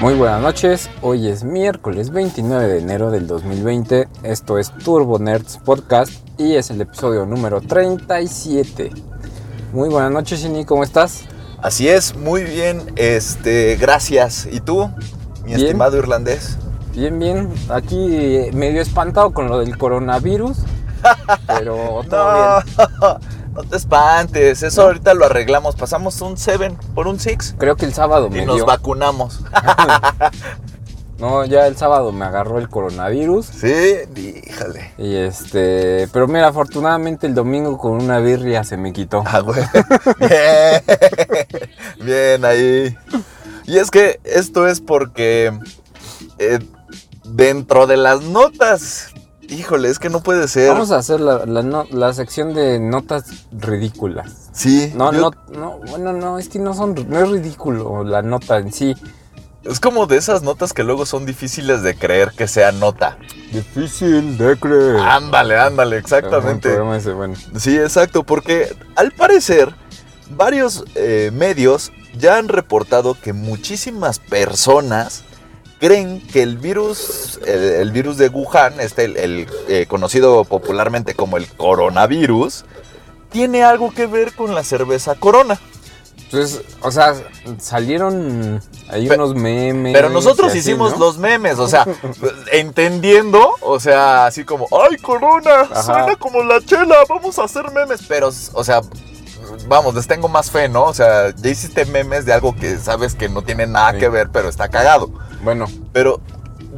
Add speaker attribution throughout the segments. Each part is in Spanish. Speaker 1: Muy buenas noches, hoy es miércoles 29 de enero del 2020, esto es Turbo Nerds Podcast y es el episodio número 37. Muy buenas noches, Shini, ¿cómo estás?
Speaker 2: Así es, muy bien, este, gracias. ¿Y tú, mi
Speaker 1: Bien.
Speaker 2: estimado irlandés?
Speaker 1: Bien, bien, aquí eh, medio espantado con lo del coronavirus, pero todo
Speaker 2: No,
Speaker 1: bien.
Speaker 2: no te espantes, eso ahorita lo arreglamos. Pasamos un 7 por un 6
Speaker 1: Creo que el sábado
Speaker 2: y
Speaker 1: me
Speaker 2: nos
Speaker 1: dio.
Speaker 2: vacunamos.
Speaker 1: No, ya el sábado me agarró el coronavirus.
Speaker 2: Sí, díjale.
Speaker 1: Y este, pero mira, afortunadamente el domingo con una birria se me quitó.
Speaker 2: Ah, güey. Bien, bien ahí. Y es que esto es porque eh, dentro de las notas, híjole, es que no puede ser.
Speaker 1: Vamos a hacer la, la no- la sección de notas ridículas.
Speaker 2: Sí,
Speaker 1: No,
Speaker 2: yo-
Speaker 1: no, no, bueno, no, es que no son, no es ridículo la nota en sí.
Speaker 2: es como de esas notas que luego son difíciles de creer que sea nota.
Speaker 1: Difícil de creer.
Speaker 2: Ándale, ándale,
Speaker 1: Ah, Un
Speaker 2: exactamente.
Speaker 1: programa ese, bueno.
Speaker 2: Sí, exacto, porque al parecer varios eh, medios ya han reportado que muchísimas personas creen que el virus, el, el virus de Wuhan, este, el, el, eh, conocido popularmente como el coronavirus, tiene algo que ver con la cerveza Corona.
Speaker 1: Entonces, pues, o sea, salieron ahí
Speaker 2: Pe-
Speaker 1: unos memes.
Speaker 2: Pero nosotros
Speaker 1: y así,
Speaker 2: hicimos
Speaker 1: ¿no?
Speaker 2: los memes, o sea, entendiendo, o sea, así como, ay, corona,
Speaker 1: Ajá.
Speaker 2: suena como la chela, vamos a hacer memes. Pero, o sea, vamos, les tengo más fe, ¿no? O sea, ya hiciste memes de algo que sabes que no tiene nada
Speaker 1: Sí.
Speaker 2: que ver, pero está cagado.
Speaker 1: Bueno,
Speaker 2: Pero,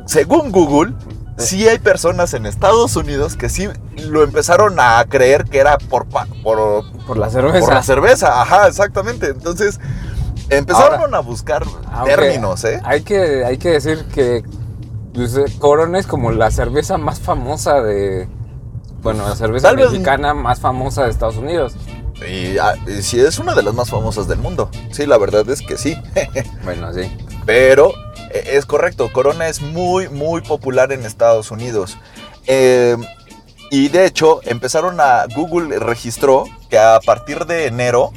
Speaker 2: según Google, sí hay personas en Estados Unidos que sí lo empezaron a creer que era por, pa- por,
Speaker 1: por la cerveza.
Speaker 2: por la cerveza, ajá, exactamente. Entonces, empezaron
Speaker 1: Ahora- ah,
Speaker 2: a buscar
Speaker 1: Aunque
Speaker 2: términos, ¿eh?
Speaker 1: Hay que, hay que decir que pues, eh, Corona es como la cerveza más famosa de. Bueno, la cerveza
Speaker 2: Tal vez-
Speaker 1: mexicana más famosa de Estados Unidos.
Speaker 2: Y, ah, y sí, es una de las más famosas del mundo. Sí, la verdad es que sí.
Speaker 1: Bueno, sí.
Speaker 2: Pero eh, es correcto, Corona es muy, muy popular en Estados Unidos. Eh, y de hecho, empezaron a. Google registró que a partir de enero,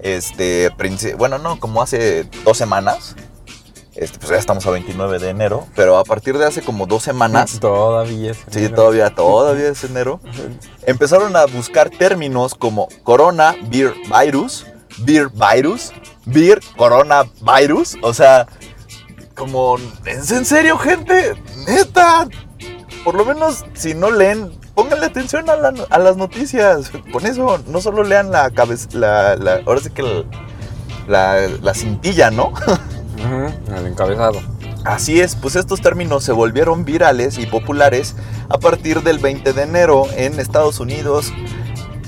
Speaker 2: este. princi- Bueno, no, como hace dos semanas. Este, pues ya estamos a 29 de enero. Pero a partir de hace como dos semanas.
Speaker 1: Todavía. es
Speaker 2: Sí,
Speaker 1: enero.
Speaker 2: todavía, todavía es enero. Empezaron a buscar términos como corona, beer virus, beer virus, beer corona virus. O sea, como, ¿es en serio, gente? Neta. Por lo menos, si no leen, pónganle atención a, la- a las noticias. Con eso, no solo lean la cabeza, la, la- ahora sí que la- la- la cintilla, ¿no?
Speaker 1: Ujú, el encabezado.
Speaker 2: Así es, pues estos términos se volvieron virales y populares a partir del 20 de enero en Estados Unidos,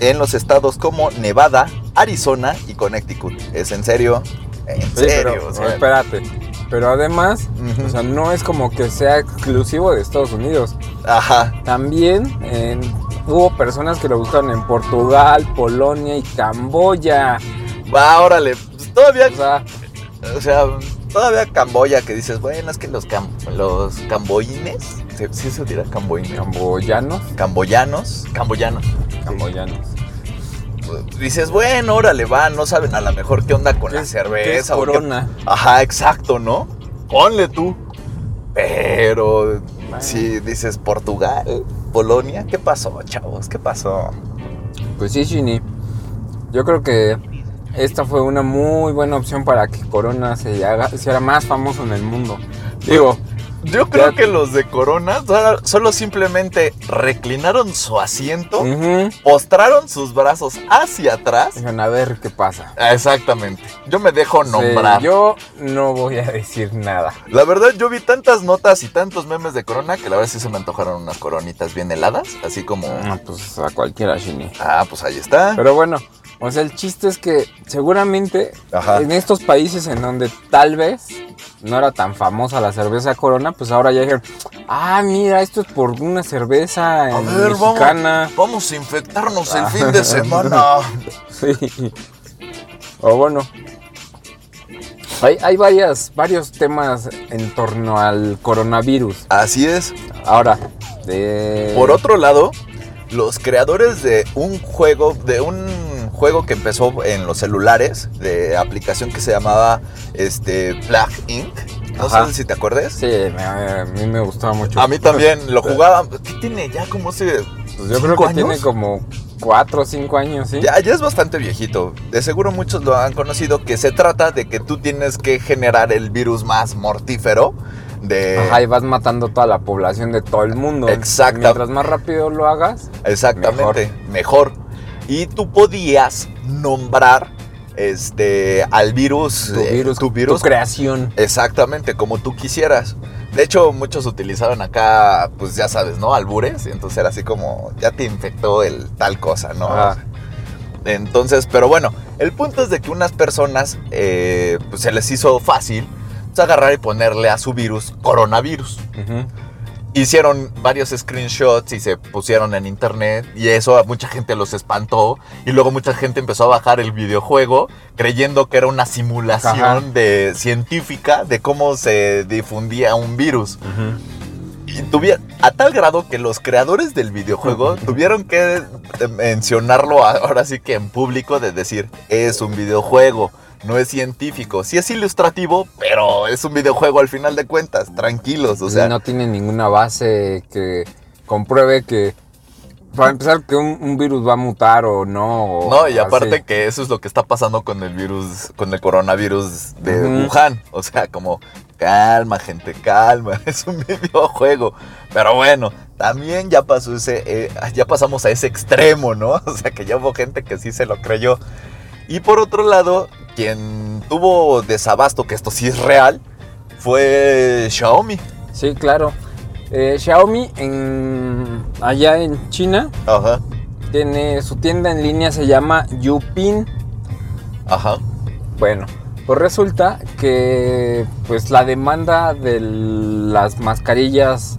Speaker 2: en los estados como Nevada, Arizona y Connecticut. ¿Es en serio? En
Speaker 1: Sí,
Speaker 2: serio.
Speaker 1: pero,
Speaker 2: o sea,
Speaker 1: espérate. Pero además,
Speaker 2: Ujú.
Speaker 1: o sea, no es como que sea exclusivo de Estados Unidos.
Speaker 2: Ajá.
Speaker 1: También en- hubo personas que lo buscaron en Portugal, Polonia y Camboya.
Speaker 2: Va, órale. pues todavía,
Speaker 1: O sea,
Speaker 2: o sea, todavía Camboya que dices, bueno, es que los, cam- los camboines, ¿sí, sí se dirá camboines?
Speaker 1: camboyanos.
Speaker 2: Camboyanos, camboyanos.
Speaker 1: Camboyanos.
Speaker 2: Dices, bueno, órale, va, no saben a lo mejor qué onda con
Speaker 1: ¿Qué
Speaker 2: la
Speaker 1: es-
Speaker 2: cerveza
Speaker 1: qué es
Speaker 2: o qué-
Speaker 1: corona?
Speaker 2: Ajá, exacto, ¿no? Ponle tú. Pero si dices Portugal, Polonia, ¿qué pasó, chavos? ¿Qué pasó?
Speaker 1: Pues sí, Shini. Yo creo que esta fue una muy buena opción para que Corona se haga, se haga más famoso en el mundo. Digo,
Speaker 2: Yo creo
Speaker 1: Ya-
Speaker 2: que los de Corona solo, solo simplemente reclinaron su asiento,
Speaker 1: ujú,
Speaker 2: postraron sus brazos hacia atrás.
Speaker 1: dijeron, a ver qué pasa.
Speaker 2: Ah, Exactamente. Yo me dejo nombrar.
Speaker 1: Sí, yo no voy a decir nada.
Speaker 2: La verdad, yo vi tantas notas y tantos memes de Corona que la verdad sí se me antojaron unas coronitas bien heladas, así como
Speaker 1: Ah, pues a cualquiera, Shini.
Speaker 2: ah, pues ahí está.
Speaker 1: Mm. Pero bueno, O sea, el chiste es que seguramente
Speaker 2: Ajá.
Speaker 1: en estos países en donde tal vez no era tan famosa la cerveza Corona, pues ahora ya dijeron, ah, mira, esto es por una cerveza
Speaker 2: A
Speaker 1: eh,
Speaker 2: ver,
Speaker 1: mexicana.
Speaker 2: vamos, vamos a infectarnos el fin de semana.
Speaker 1: Sí. O bueno. Hay, hay varias, varios temas en torno al coronavirus.
Speaker 2: Así es.
Speaker 1: Ahora, de...
Speaker 2: Por otro lado, los creadores de un juego, de un juego que empezó en los celulares, de aplicación que se llamaba este, Black Ink. No
Speaker 1: Ajá.
Speaker 2: sé si te acuerdas.
Speaker 1: Sí, me- a mí me gustaba mucho.
Speaker 2: A mí también lo jugaba. ¿Qué tiene ya? Como hace.
Speaker 1: Pues yo creo
Speaker 2: cinco
Speaker 1: que tiene
Speaker 2: años?
Speaker 1: como 4 o 5 años, ¿sí?
Speaker 2: Ya, ya es bastante viejito. De seguro muchos lo han conocido. Que se trata de que tú tienes que generar el virus más mortífero de.
Speaker 1: Ajá, y vas matando toda la población de todo el mundo.
Speaker 2: Exacta-
Speaker 1: Mientras más rápido lo hagas,
Speaker 2: Exactamente, mejor. Y tú podías nombrar este al virus,
Speaker 1: tu
Speaker 2: eh,
Speaker 1: virus,
Speaker 2: tu virus,
Speaker 1: tu creación.
Speaker 2: exactamente como tú quisieras. De hecho, muchos utilizaron acá, pues ya sabes, ¿no? Albures, entonces era así como ya te infectó el tal cosa, ¿no?
Speaker 1: Ajá.
Speaker 2: Entonces, pero bueno, el punto es de que unas personas eh, pues se les hizo fácil pues, agarrar y ponerle a su virus coronavirus
Speaker 1: Ujú.
Speaker 2: hicieron varios screenshots y se pusieron en internet y eso a mucha gente los espantó y luego mucha gente empezó a bajar el videojuego creyendo que era una simulación
Speaker 1: Ajá.
Speaker 2: de científica de cómo se difundía un virus
Speaker 1: Ujú.
Speaker 2: y tuvieron a tal grado que los creadores del videojuego tuvieron que eh, mencionarlo a- ahora sí que en público de decir es un videojuego no es científico, sí es ilustrativo, pero es un videojuego al final de cuentas, tranquilos, o sea,
Speaker 1: Y no tiene ninguna base que compruebe que. Para empezar, que un, un virus va a mutar o no. o
Speaker 2: No, y
Speaker 1: así.
Speaker 2: aparte que eso es lo que está pasando con el virus, con el coronavirus de
Speaker 1: Ujú.
Speaker 2: Wuhan. O sea, como, calma, gente, calma, es un videojuego. Pero bueno, también ya pasó ese, eh, ya pasamos a ese extremo, ¿no? O sea, que ya hubo gente que sí se lo creyó. Y por otro lado, quien tuvo desabasto, que esto sí es real, fue Xiaomi.
Speaker 1: Sí, claro. Eh, Xiaomi, en, allá en China,
Speaker 2: Ajá,
Speaker 1: tiene su tienda en línea, se llama Yupin.
Speaker 2: ajá,
Speaker 1: Bueno, pues resulta que pues la demanda de las mascarillas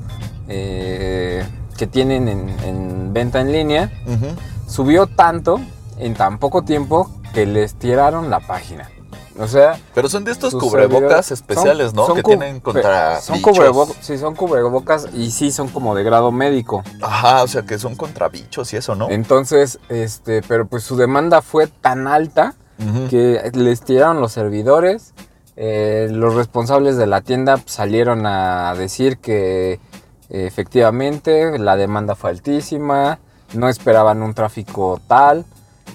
Speaker 1: eh, que tienen en, en venta en línea
Speaker 2: ujú,
Speaker 1: subió tanto en tan poco tiempo que les tiraron la página. O sea,
Speaker 2: Pero son de estos
Speaker 1: sus servidores-
Speaker 2: cubrebocas
Speaker 1: son-
Speaker 2: especiales, ¿no?
Speaker 1: son
Speaker 2: que
Speaker 1: cu-
Speaker 2: tienen contra.
Speaker 1: Son
Speaker 2: bichos.
Speaker 1: cubrebocas, sí, son cubrebocas y sí son como de grado médico.
Speaker 2: Ajá, o sea que son contra bichos y eso, ¿no?
Speaker 1: Entonces, este, pero pues su demanda fue tan alta
Speaker 2: Ujú.
Speaker 1: que les tiraron los servidores. eh, los responsables de la tienda salieron a decir que eh, efectivamente la demanda fue altísima, no esperaban un tráfico tal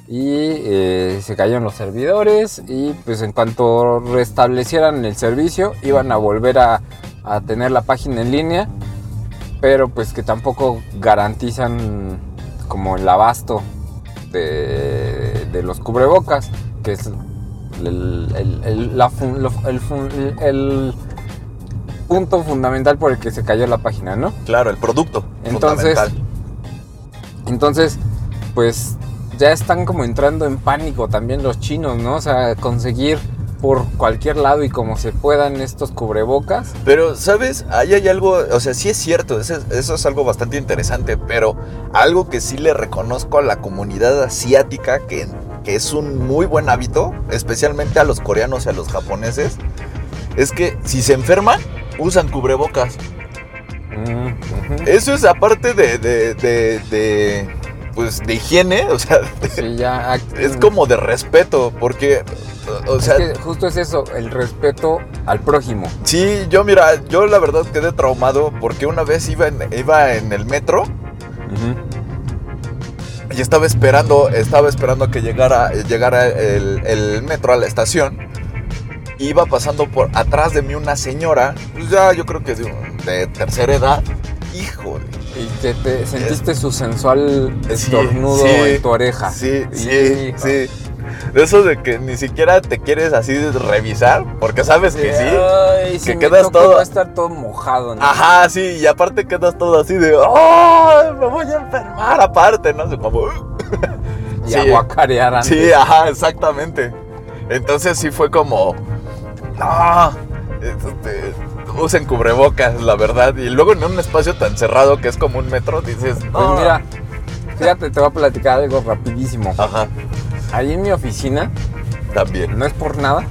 Speaker 1: y eh, se cayeron los servidores y pues en cuanto restablecieran el servicio iban a volver a, a tener la página en línea, pero pues que tampoco garantizan como el abasto de, de los cubrebocas, que es el, el- el- la fun- lo- el fun- el punto fundamental por el que se cayó la página, ¿no?
Speaker 2: Claro, el producto.
Speaker 1: Entonces,
Speaker 2: fundamental.
Speaker 1: Entonces, pues ya están como entrando en pánico también los chinos, ¿no? O sea, conseguir por cualquier lado y como se puedan estos cubrebocas.
Speaker 2: Pero, ¿sabes? Ahí hay algo, o sea, sí es cierto, eso es, eso es algo bastante interesante, pero algo que sí le reconozco a la comunidad asiática, que, que es un muy buen hábito, especialmente a los coreanos y a los japoneses, es que si se enferman, usan cubrebocas.
Speaker 1: Mm, ujú.
Speaker 2: Eso es aparte de, de, de, de, pues, de higiene, o sea, de-
Speaker 1: Sí, ya, ac-
Speaker 2: es como de respeto, porque, o o
Speaker 1: Es
Speaker 2: sea...
Speaker 1: que justo es eso, el respeto al prójimo.
Speaker 2: Sí, yo mira, yo la verdad quedé traumado porque una vez iba en, iba en el metro y estaba esperando, estaba esperando a que llegara, llegara el, el metro a la estación. Iba pasando por atrás de mí una señora, pues ya yo creo que de, de tercera edad. Híjole.
Speaker 1: Y que te sentiste su sensual estornudo
Speaker 2: sí.
Speaker 1: en tu oreja.
Speaker 2: Sí, sí,
Speaker 1: Hijo.
Speaker 2: sí. De eso de que ni siquiera te quieres así revisar, porque sabes que sí.
Speaker 1: ah, Ay, si
Speaker 2: que
Speaker 1: me
Speaker 2: quedas
Speaker 1: toca,
Speaker 2: todo- Ah,
Speaker 1: Va a estar todo mojado, ¿no?
Speaker 2: Ajá, sí, y aparte quedas todo así de, ¡oh! Me voy a enfermar, aparte, ¿no? Así Como, "Ugh".
Speaker 1: Y y
Speaker 2: Sí.
Speaker 1: aguacarear antes.
Speaker 2: Sí, ah. ajá, exactamente. Entonces sí fue como, no, este, usen cubrebocas, la verdad. Y luego en un espacio tan cerrado que es como un metro, dices,
Speaker 1: Pues
Speaker 2: no.
Speaker 1: mira, fíjate, te voy a platicar algo rapidísimo.
Speaker 2: Ajá,
Speaker 1: Ahí en mi oficina,
Speaker 2: también.
Speaker 1: no es por nada,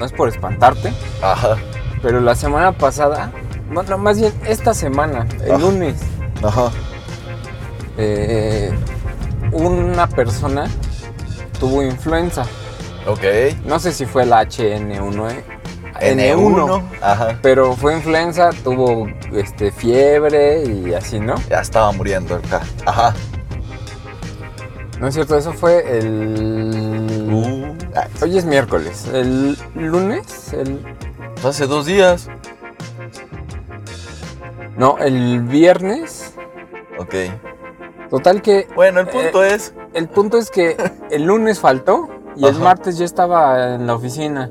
Speaker 1: no es por espantarte,
Speaker 2: Ajá,
Speaker 1: pero la semana pasada, no, no, más bien esta semana, el
Speaker 2: Ah.
Speaker 1: lunes,
Speaker 2: ajá,
Speaker 1: eh, una persona tuvo influenza.
Speaker 2: ok.
Speaker 1: No sé si fue la HN1,
Speaker 2: Ajá,
Speaker 1: eh, pero fue influenza, tuvo este, fiebre y así, ¿no?
Speaker 2: ya estaba muriendo acá. Ajá.
Speaker 1: No es cierto, eso fue el...
Speaker 2: Uh, ah,
Speaker 1: Hoy es miércoles, el lunes, el...
Speaker 2: hace dos días.
Speaker 1: No, el viernes.
Speaker 2: Ok.
Speaker 1: Total que
Speaker 2: Bueno, el punto
Speaker 1: Eh,
Speaker 2: es,
Speaker 1: el punto es que el lunes faltó y el
Speaker 2: Ajá.
Speaker 1: martes ya estaba en la oficina.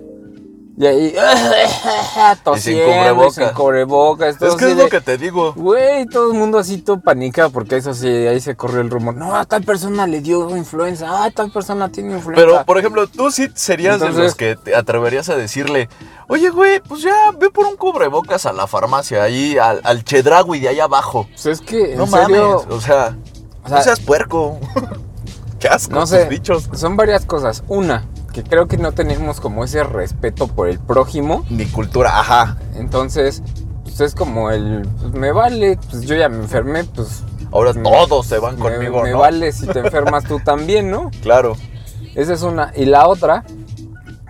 Speaker 1: Y ahí tosiendo,
Speaker 2: cubrebocas.
Speaker 1: sin cubrebocas, todo
Speaker 2: es que
Speaker 1: así
Speaker 2: es lo
Speaker 1: de,
Speaker 2: que te digo.
Speaker 1: Güey, todo el mundo así todo panica porque eso sí, ahí se corrió el rumor. No, a tal persona le dio influenza, ah, tal persona tiene influenza.
Speaker 2: Pero, por ejemplo, tú sí serías de los
Speaker 1: Entonces-
Speaker 2: que te atreverías a decirle, oye, güey, pues ya ve por un cubrebocas a la farmacia, ahí al, al Chedraui de allá abajo.
Speaker 1: Pues es que, en
Speaker 2: No
Speaker 1: serio,
Speaker 2: mames, o sea,
Speaker 1: o sea,
Speaker 2: no seas puerco. Qué asco,
Speaker 1: no
Speaker 2: tus
Speaker 1: sé,
Speaker 2: bichos.
Speaker 1: son varias cosas. Una, que creo que no tenemos como ese respeto por el prójimo.
Speaker 2: Ni cultura, ajá.
Speaker 1: Entonces, pues es como el, pues me vale, pues yo ya me enfermé, pues
Speaker 2: Ahora
Speaker 1: Me-
Speaker 2: todos se van
Speaker 1: me,
Speaker 2: conmigo,
Speaker 1: me
Speaker 2: ¿no?
Speaker 1: vale si te enfermas tú también, ¿no?
Speaker 2: Claro.
Speaker 1: Esa es una. Y la otra,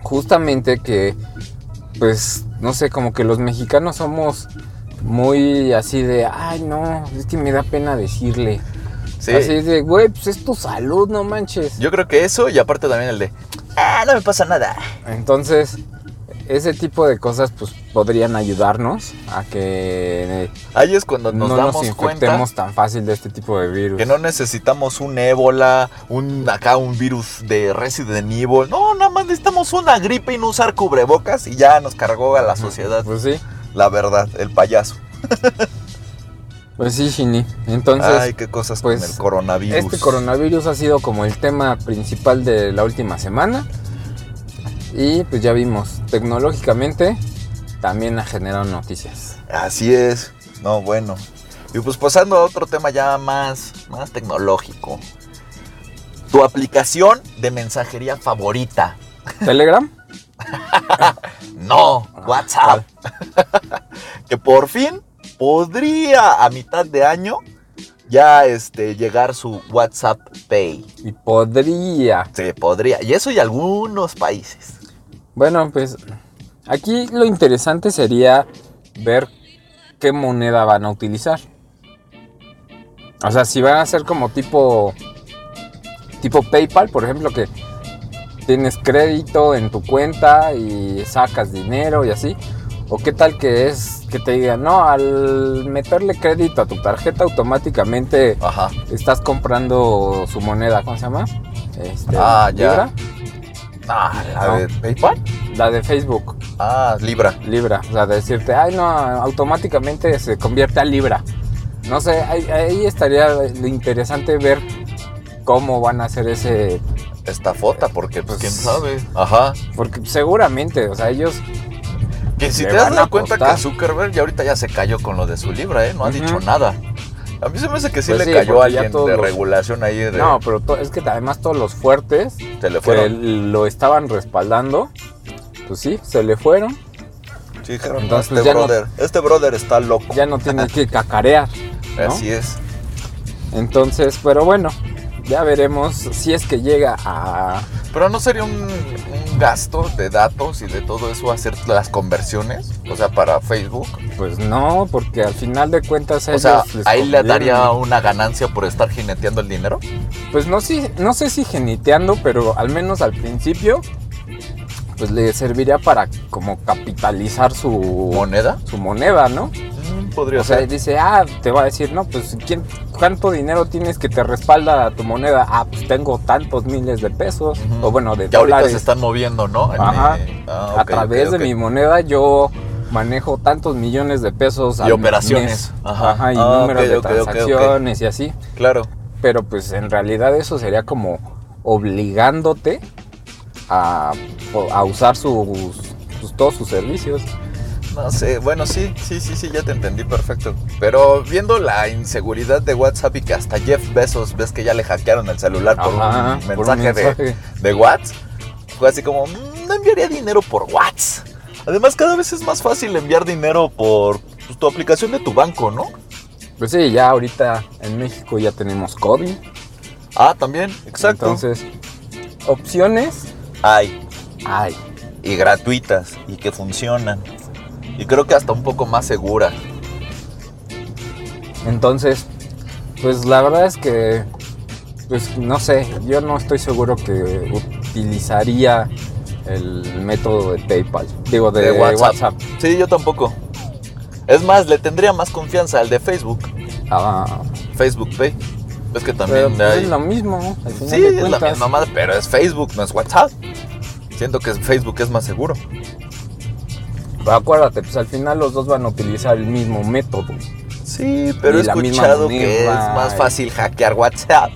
Speaker 1: justamente que, pues, no sé, como que los mexicanos somos muy así de, ay, no, es que me da pena decirle.
Speaker 2: Sí.
Speaker 1: Así de, güey, pues es tu salud, no manches.
Speaker 2: Yo creo que eso, y aparte también el de, ah, no me pasa nada.
Speaker 1: Entonces, ese tipo de cosas, pues, podrían ayudarnos a que eh,
Speaker 2: Ahí es cuando nos
Speaker 1: no nos
Speaker 2: damos cuenta
Speaker 1: infectemos tan fácil de este tipo de virus.
Speaker 2: Que no necesitamos un ébola, un acá un virus de Resident Evil. No, nada más necesitamos una gripe y no usar cubrebocas y ya nos cargó a la sociedad.
Speaker 1: Pues sí,
Speaker 2: La verdad, el payaso.
Speaker 1: pues sí, Shini. Entonces,
Speaker 2: Ay, qué cosas
Speaker 1: pues,
Speaker 2: con el coronavirus.
Speaker 1: Este coronavirus ha sido como el tema principal de la última semana. Y pues ya vimos, tecnológicamente también ha generado noticias.
Speaker 2: Así es. No, bueno. Y pues pasando a otro tema ya más, más tecnológico. Tu aplicación de mensajería favorita.
Speaker 1: Telegram,
Speaker 2: No, WhatsApp. que por fin podría a mitad de año ya este, llegar su WhatsApp Pay.
Speaker 1: y podría.
Speaker 2: Se podría. Y eso y algunos países.
Speaker 1: Bueno, pues aquí lo interesante sería ver qué moneda van a utilizar. O sea, si van a ser como tipo tipo PayPal, por ejemplo, que tienes crédito en tu cuenta y sacas dinero y así, o qué tal que es que te digan, "No, al meterle crédito a tu tarjeta automáticamente
Speaker 2: Ajá.
Speaker 1: estás comprando su moneda, ¿cómo se llama? Este,
Speaker 2: Ah, ya.
Speaker 1: Libra,
Speaker 2: Ah, a
Speaker 1: No.
Speaker 2: ver, ¿PayPal?
Speaker 1: la de Facebook.
Speaker 2: Ah, Libra.
Speaker 1: Libra. O sea, decirte, ay, no, automáticamente se convierte a Libra. No sé, ahí, ahí estaría lo interesante ver cómo van a hacer ese.
Speaker 2: Esta fota, porque pues,
Speaker 1: Pues-
Speaker 2: quién sabe. Ajá.
Speaker 1: Porque seguramente, o sea, ellos.
Speaker 2: Que si
Speaker 1: Le
Speaker 2: te das
Speaker 1: van a
Speaker 2: dado cuenta
Speaker 1: apostar.
Speaker 2: que Zuckerberg ya ahorita ya se cayó con lo de su Libra, ¿eh? No ha
Speaker 1: Ujú.
Speaker 2: dicho nada. A mí se me hace que sí
Speaker 1: Pues
Speaker 2: le
Speaker 1: sí,
Speaker 2: cayó a
Speaker 1: porque ya
Speaker 2: alguien
Speaker 1: todos
Speaker 2: de
Speaker 1: los-
Speaker 2: regulación ahí. De...
Speaker 1: No, pero to- es que además todos los fuertes
Speaker 2: se le
Speaker 1: que
Speaker 2: fueron.
Speaker 1: lo estaban respaldando, pues sí, se le fueron.
Speaker 2: Sí, dijeron, "No,
Speaker 1: Entonces,
Speaker 2: este,
Speaker 1: ya no-
Speaker 2: brother, este brother está loco.
Speaker 1: Ya no tiene que cacarear. ¿no?
Speaker 2: Así es.
Speaker 1: Entonces, pero bueno, ya veremos si es que llega a.
Speaker 2: Pero no sería un, un gasto de datos y de todo eso hacer las conversiones, o sea, para Facebook.
Speaker 1: Pues no, porque al final de cuentas.
Speaker 2: O sea,
Speaker 1: ellos les
Speaker 2: ahí le daría
Speaker 1: conviene.
Speaker 2: una ganancia por estar jineteando el dinero.
Speaker 1: Pues no, si- no sé si geniteando, pero al menos al principio, pues le serviría para como capitalizar su,
Speaker 2: Moneda.
Speaker 1: su moneda, ¿no?
Speaker 2: Mm, Podría
Speaker 1: O sea,
Speaker 2: ser.
Speaker 1: dice, ah, te va a decir, no, pues ¿quién, ¿cuánto dinero tienes que te respalda tu moneda? Ah, pues tengo tantos miles de pesos,
Speaker 2: Ujú.
Speaker 1: o bueno, de
Speaker 2: Ya ahorita
Speaker 1: dólares.
Speaker 2: se están moviendo, ¿no? En,
Speaker 1: Ajá.
Speaker 2: eh, ah,
Speaker 1: a
Speaker 2: ok,
Speaker 1: través
Speaker 2: ok, ok.
Speaker 1: de mi moneda yo manejo tantos millones de pesos
Speaker 2: Y
Speaker 1: al
Speaker 2: operaciones.
Speaker 1: mes.
Speaker 2: Ajá.
Speaker 1: Ajá, y
Speaker 2: Ah,
Speaker 1: números
Speaker 2: ok,
Speaker 1: de
Speaker 2: ok, ok, ok.
Speaker 1: transacciones y así.
Speaker 2: Claro.
Speaker 1: pero pues en realidad eso sería como obligándote a, a usar sus, sus- todos sus servicios.
Speaker 2: No sé, bueno, sí, sí, sí, sí, ya te entendí perfecto. Pero viendo la inseguridad de WhatsApp y que hasta Jeff Bezos ves que ya le hackearon el celular por
Speaker 1: Ajá,
Speaker 2: un mensaje,
Speaker 1: por un mensaje.
Speaker 2: De, de WhatsApp, fue así como, "Mm, no enviaría dinero por WhatsApp. Además, cada vez es más fácil enviar dinero por pues, tu aplicación de tu banco, ¿no?
Speaker 1: Pues sí, ya ahorita en México ya tenemos COVID.
Speaker 2: Ah, también, exacto.
Speaker 1: Entonces, opciones
Speaker 2: Hay,
Speaker 1: hay.
Speaker 2: y gratuitas, y que funcionan. Y creo que hasta un poco más segura.
Speaker 1: Entonces, pues la verdad es que, pues no sé, yo no estoy seguro que utilizaría el método de PayPal, digo, de, WhatsApp.
Speaker 2: Sí, yo tampoco. Es más, le tendría más confianza al de Facebook.
Speaker 1: Ah,
Speaker 2: Facebook Pay. Es que
Speaker 1: pero,
Speaker 2: también
Speaker 1: pues,
Speaker 2: hay...
Speaker 1: es lo mismo, al final
Speaker 2: Sí,
Speaker 1: de
Speaker 2: es la
Speaker 1: cuentas.
Speaker 2: misma madre, pero es Facebook, no es WhatsApp. Siento que es- Facebook es más seguro.
Speaker 1: Pero acuérdate, pues al final los dos van a utilizar el mismo método.
Speaker 2: Sí, pero
Speaker 1: Y
Speaker 2: he
Speaker 1: la misma
Speaker 2: escuchado que es
Speaker 1: moneda,
Speaker 2: más
Speaker 1: y-
Speaker 2: fácil hackear WhatsApp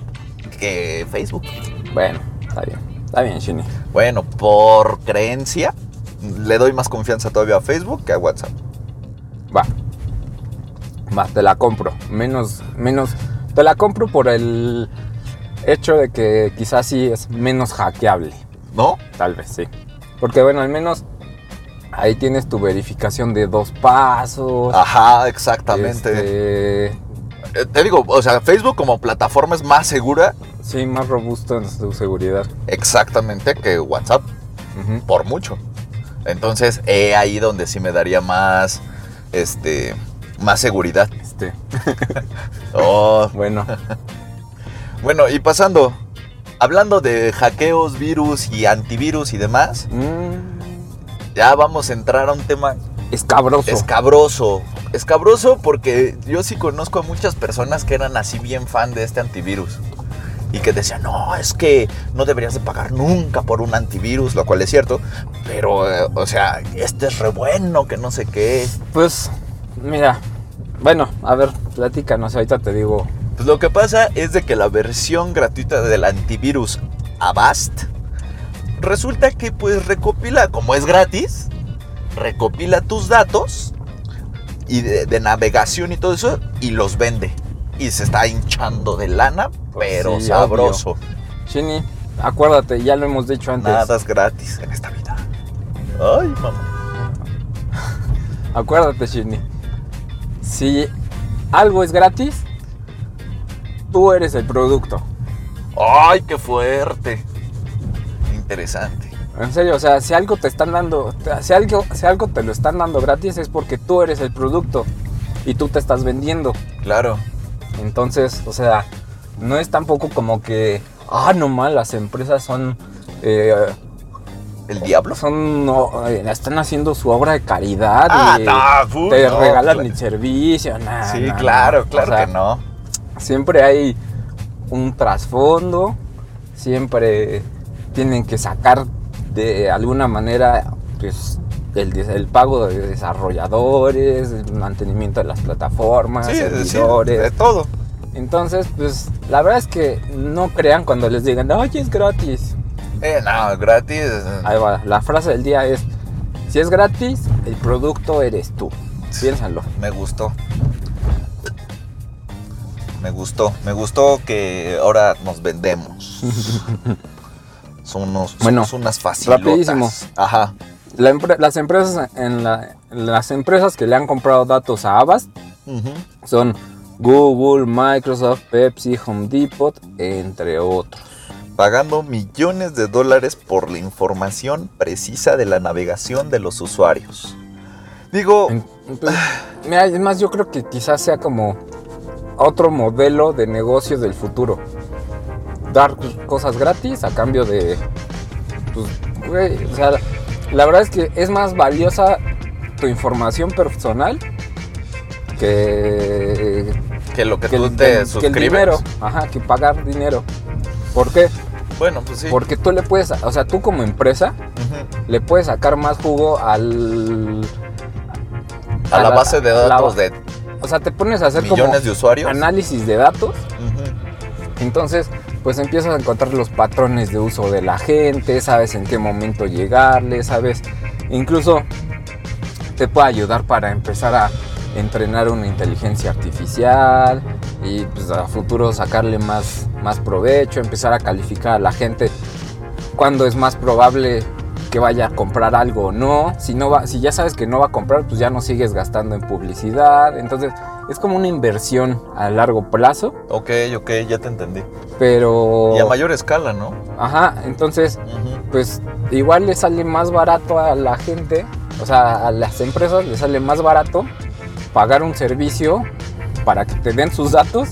Speaker 2: que Facebook.
Speaker 1: Bueno, está bien, está bien, Shini.
Speaker 2: Bueno, por creencia, le doy más confianza todavía a Facebook que a WhatsApp.
Speaker 1: Va. Va, te la compro. Menos, menos. Te la compro por el hecho de que quizás sí es menos hackeable.
Speaker 2: ¿No?
Speaker 1: Tal vez, sí. Porque bueno, al menos ahí tienes tu verificación de dos pasos.
Speaker 2: Ajá, exactamente.
Speaker 1: Pues, este,
Speaker 2: Eh, Te digo, o sea, Facebook como plataforma es más segura
Speaker 1: sí, más robusto en su seguridad.
Speaker 2: exactamente que WhatsApp.
Speaker 1: Ujú.
Speaker 2: por mucho. Entonces, he ahí donde sí me daría más, este, más seguridad.
Speaker 1: Este,
Speaker 2: Oh,
Speaker 1: bueno,
Speaker 2: bueno, y pasando, hablando de hackeos, virus y antivirus y demás,
Speaker 1: mm,
Speaker 2: ya vamos a entrar a un tema
Speaker 1: escabroso.
Speaker 2: escabroso. Escabroso porque yo sí conozco a muchas personas que eran así bien fan de este antivirus. Y que decían, no, es que no deberías de pagar nunca por un antivirus, lo cual es cierto. Pero, eh, o sea, este es re bueno, que no sé qué.
Speaker 1: pues, mira, bueno, a ver, platícanos. Ahorita te digo.
Speaker 2: Pues lo que pasa es de que la versión gratuita del antivirus Avast resulta que pues recopila, como es gratis, recopila tus datos y de, de navegación y todo eso y los vende. Y se está hinchando de lana,
Speaker 1: Pues
Speaker 2: pero
Speaker 1: sí,
Speaker 2: sabroso.
Speaker 1: Shini, acuérdate, ya lo hemos dicho antes.
Speaker 2: Nada es gratis en esta vida. Ay, mamá.
Speaker 1: Acuérdate, Shirley. Si algo es gratis, tú eres el producto.
Speaker 2: Ay, qué fuerte. Interesante.
Speaker 1: En serio, o sea, si algo te están dando, si algo, si algo te lo están dando gratis es porque tú eres el producto y tú te estás vendiendo.
Speaker 2: Claro.
Speaker 1: Entonces, o sea, no es tampoco como que, ah, no mal, las empresas son, eh,
Speaker 2: ¿El diablo?
Speaker 1: son, no, eh, están haciendo su obra de caridad y
Speaker 2: fu-
Speaker 1: te
Speaker 2: Ah, no, pues.
Speaker 1: regalan
Speaker 2: cla-
Speaker 1: el servicio. nah,
Speaker 2: Sí,
Speaker 1: nah, nah.
Speaker 2: claro,
Speaker 1: Ah, O
Speaker 2: claro
Speaker 1: sea,
Speaker 2: que no.
Speaker 1: siempre hay un trasfondo, siempre tienen que sacar de alguna manera pues, el, des- el pago de desarrolladores, el mantenimiento de las plataformas,
Speaker 2: Sí, de- sí, de
Speaker 1: servidores.
Speaker 2: todo.
Speaker 1: Entonces, pues la verdad es que no crean cuando les digan, oye, es gratis.
Speaker 2: Eh, no, gratis. eh,
Speaker 1: Ahí va, la frase del día es, si es gratis, el producto eres tú. Piénsalo.
Speaker 2: Me gustó. Me gustó, me gustó que ahora nos vendemos. Son unos,
Speaker 1: Bueno,
Speaker 2: somos unas facilotas.
Speaker 1: rapidísimo.
Speaker 2: Ajá.
Speaker 1: La empre- las, empresas en la- las empresas que le han comprado datos a Avast
Speaker 2: Ujú.
Speaker 1: son Google, Microsoft, Pepsi, Home Depot, entre otros.
Speaker 2: Pagando millones de dólares por la información precisa de la navegación de los usuarios. Digo,
Speaker 1: En- pues, mira, además yo creo que quizás sea como otro modelo de negocio del futuro. Dar pues, cosas gratis a cambio de... pues, güey, o sea, la verdad es que es más valiosa tu información personal que
Speaker 2: que lo que,
Speaker 1: que
Speaker 2: tú
Speaker 1: el-
Speaker 2: te
Speaker 1: que el
Speaker 2: suscribes.
Speaker 1: dinero, ajá, que pagar dinero. ¿Por qué?
Speaker 2: Bueno, pues sí.
Speaker 1: Porque tú le puedes, o sea, tú como empresa
Speaker 2: Ujú.
Speaker 1: le puedes sacar más jugo al
Speaker 2: A la base de
Speaker 1: a la-
Speaker 2: datos de
Speaker 1: o sea, te pones a hacer como
Speaker 2: millones de usuarios.
Speaker 1: análisis de datos
Speaker 2: Ujú.
Speaker 1: Entonces, pues empiezas a encontrar los patrones de uso de la gente, sabes en qué momento llegarle, sabes, incluso te puede ayudar para empezar a entrenar una inteligencia artificial y pues a futuro sacarle más, más provecho, empezar a calificar a la gente cuando es más probable que vaya a comprar algo o no. Si, no va, si ya sabes que no va a comprar, pues ya no sigues gastando en publicidad. Entonces es como una inversión a largo plazo,
Speaker 2: Ok, ok, ya te entendí.
Speaker 1: pero...
Speaker 2: Y a mayor escala, ¿no?
Speaker 1: Ajá, entonces
Speaker 2: Ujú.
Speaker 1: pues igual le sale más barato a la gente, o sea, a las empresas le sale más barato pagar un servicio para que te den sus datos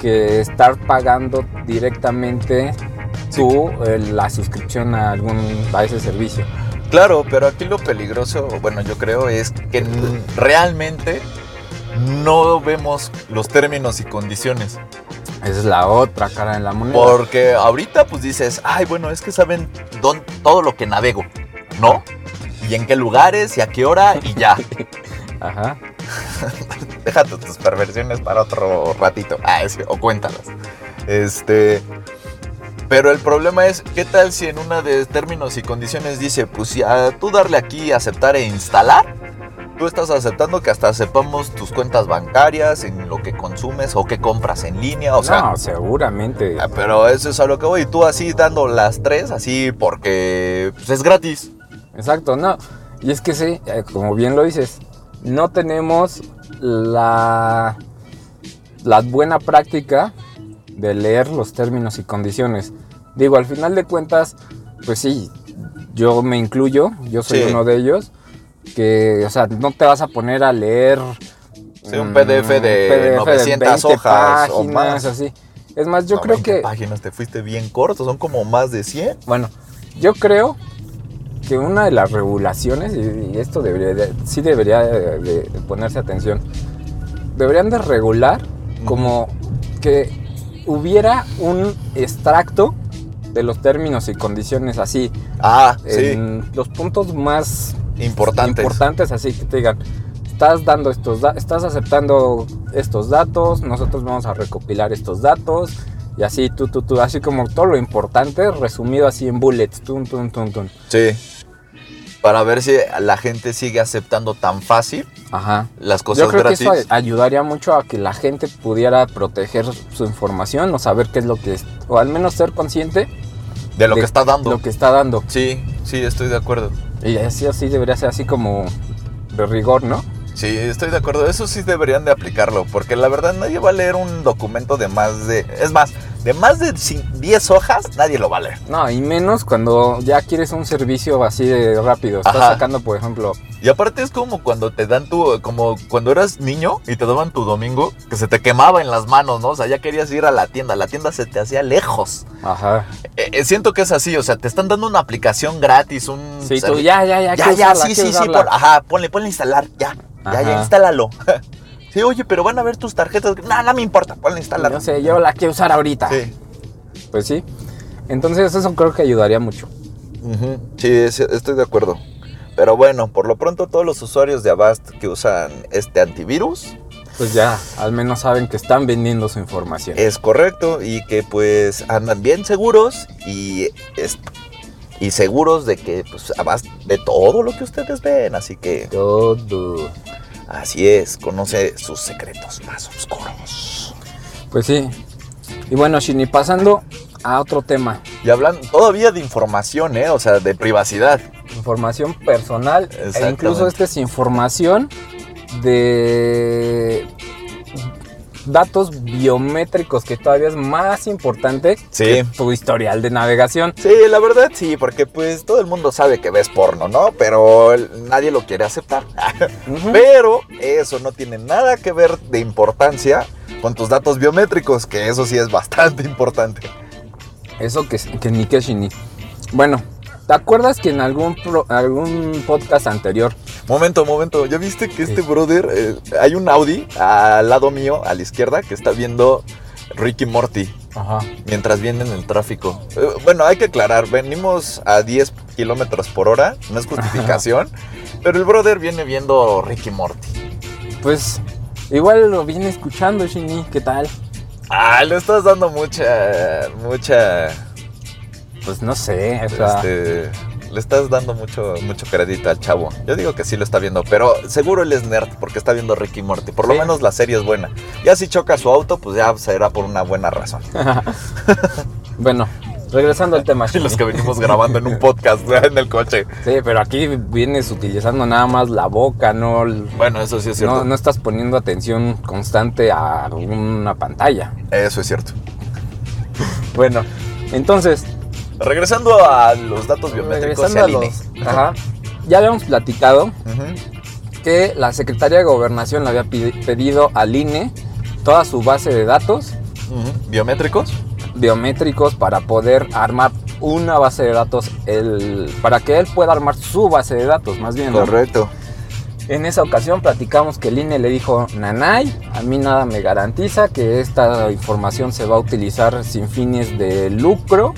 Speaker 1: que estar pagando directamente tú eh, la suscripción a algún a ese servicio.
Speaker 2: Claro, pero aquí lo peligroso, bueno, yo creo, es que n- realmente no vemos los términos y condiciones.
Speaker 1: Esa es la otra cara de la moneda.
Speaker 2: Porque ahorita pues dices, ay, bueno, es que saben dón- todo lo que navego, ¿no? Y en qué lugares y a qué hora y ya.
Speaker 1: Ajá.
Speaker 2: Déjate tus perversiones para otro ratito. Ah, sí, o cuéntalas. Este. Pero el problema es, ¿qué tal si en una de términos y condiciones dice, pues si a tú darle aquí aceptar e instalar, tú estás aceptando que hasta sepamos tus cuentas bancarias, en lo que consumes o qué compras en línea, o sea,
Speaker 1: no, seguramente.
Speaker 2: Ah, Pero eso es a lo que voy. Y tú así dando las tres, así porque pues, es gratis.
Speaker 1: Exacto, no. Y es que sí, eh, como bien lo dices, no tenemos la, la buena práctica de leer los términos y condiciones. Digo, al final de cuentas, pues sí, yo me incluyo, yo soy
Speaker 2: Sí.
Speaker 1: uno de ellos, que, o sea, no te vas a poner a leer...
Speaker 2: Sí, un
Speaker 1: mm,
Speaker 2: PDF de 900
Speaker 1: 20
Speaker 2: hojas o más.
Speaker 1: Así. Es más, yo
Speaker 2: No,
Speaker 1: creo
Speaker 2: 20
Speaker 1: que...
Speaker 2: páginas te fuiste bien corto, son como más de 100.
Speaker 1: Bueno, yo creo que una de las regulaciones, y y esto debería de- sí debería de, de ponerse atención, deberían de regular como que hubiera un extracto de los términos y condiciones así,
Speaker 2: Ah, sí,
Speaker 1: en los puntos más
Speaker 2: importantes.
Speaker 1: importantes, así que te digan, estás dando estos da- estás aceptando estos datos, nosotros vamos a recopilar estos datos y así tú tú tú, así como todo lo importante resumido así en bullets, tun tun tun tun.
Speaker 2: sí. Para ver si la gente sigue aceptando tan fácil
Speaker 1: Ajá.
Speaker 2: las cosas
Speaker 1: Yo creo
Speaker 2: gratis.
Speaker 1: que eso ay- ayudaría mucho a que la gente pudiera proteger su información o saber qué es lo que es, o al menos ser consciente
Speaker 2: de lo
Speaker 1: de
Speaker 2: que está dando.
Speaker 1: lo que está dando.
Speaker 2: Sí, sí, estoy de acuerdo.
Speaker 1: Y así así debería ser así como de rigor, ¿no?
Speaker 2: Sí, estoy de acuerdo. Eso sí deberían de aplicarlo, porque la verdad nadie va a leer un documento de más de... Es más, de más de cin- 10 hojas, nadie lo va a leer.
Speaker 1: No, y menos cuando ya quieres un servicio así de rápido. Estás
Speaker 2: Ajá.
Speaker 1: sacando, por ejemplo,
Speaker 2: Y aparte es como cuando te dan tu, como cuando eras niño y te daban tu domingo, que se te quemaba en las manos, ¿no? O sea, ya querías ir a la tienda, la tienda se te hacía lejos.
Speaker 1: ajá.
Speaker 2: Eh, eh, siento que es así, o sea, te están dando una aplicación gratis, un...
Speaker 1: Sí, tú,
Speaker 2: servi-
Speaker 1: ya, ya, ya,
Speaker 2: ya,
Speaker 1: quiero
Speaker 2: ya,
Speaker 1: usarla,
Speaker 2: sí,
Speaker 1: quiero
Speaker 2: sí, sí,
Speaker 1: usarla.
Speaker 2: pon- ajá, ponle, ponle instalar, ya, ya, ya,
Speaker 1: Ajá.
Speaker 2: instálalo. sí, oye, pero van a ver tus tarjetas, no, no me importa, ponle instalar.
Speaker 1: No sé, yo la quiero usar ahorita.
Speaker 2: Sí.
Speaker 1: Pues sí. Entonces eso creo que ayudaría mucho.
Speaker 2: Ujú, Sí, es- estoy de acuerdo. Pero bueno, por lo pronto todos los usuarios de Avast que usan este antivirus
Speaker 1: Pues ya, al menos saben que están vendiendo su información.
Speaker 2: es correcto y que pues andan bien seguros y, es- y seguros de que pues Avast de todo lo que ustedes ven. Así que
Speaker 1: Todo.
Speaker 2: así es, conoce sus secretos más oscuros.
Speaker 1: Pues sí. Y bueno, Shini, pasando a otro tema.
Speaker 2: Y hablan todavía de información, ¿eh? O sea, de privacidad.
Speaker 1: Información personal. E
Speaker 2: Exactamente.
Speaker 1: incluso esta es información de datos biométricos, que todavía es más importante
Speaker 2: Sí.
Speaker 1: que tu historial de navegación.
Speaker 2: Sí, la verdad sí, porque pues todo el mundo sabe que ves porno, ¿no? Pero el- nadie lo quiere aceptar.
Speaker 1: Ujú.
Speaker 2: Pero eso no tiene nada que ver de importancia con tus datos biométricos, que eso sí es bastante importante.
Speaker 1: Eso que, que ni que shini. Bueno, ¿te acuerdas que en algún, pro- algún podcast anterior?
Speaker 2: Momento, momento, ¿ya viste que este
Speaker 1: ¿Qué?
Speaker 2: brother, eh, hay un Audi al lado mío, a la izquierda, que está viendo Ricky Morty
Speaker 1: Ajá.
Speaker 2: mientras viene en el tráfico? Eh, bueno, hay que aclarar, venimos a 10 kilómetros por hora, no es justificación, pero el brother viene viendo Ricky Morty.
Speaker 1: Pues igual lo viene escuchando, Shini, ¿qué tal?
Speaker 2: Ah, le estás dando mucha. mucha.
Speaker 1: Pues no sé, o sea,
Speaker 2: Este. Le estás dando mucho, mucho crédito al chavo. Yo digo que sí lo está viendo, pero seguro él es nerd porque está viendo Ricky y Morty. Por lo
Speaker 1: Sí.
Speaker 2: menos la serie es buena. Ya si choca su auto, pues ya será por una buena razón.
Speaker 1: Bueno, regresando al tema.
Speaker 2: Los
Speaker 1: Shuni.
Speaker 2: que venimos grabando en un podcast en el coche.
Speaker 1: Sí, pero aquí vienes utilizando nada más la boca, no, el-
Speaker 2: Bueno, eso sí es cierto.
Speaker 1: no, no estás poniendo atención constante a una pantalla.
Speaker 2: Eso es cierto.
Speaker 1: Bueno, entonces,
Speaker 2: Regresando a los datos biométricos y
Speaker 1: regresando a
Speaker 2: al INE.
Speaker 1: los... Ajá, ya habíamos platicado
Speaker 2: Ujú.
Speaker 1: que la Secretaría de Gobernación le había pi- pedido al INE toda su base de datos
Speaker 2: Ujú. ¿Biométricos?
Speaker 1: biométricos para poder armar una base de datos, el- para que él pueda armar su base de datos, más bien. ¿no?
Speaker 2: Correcto.
Speaker 1: En esa ocasión platicamos que el INE le dijo, Nanay, a mí nada me garantiza que esta información se va a utilizar sin fines de lucro,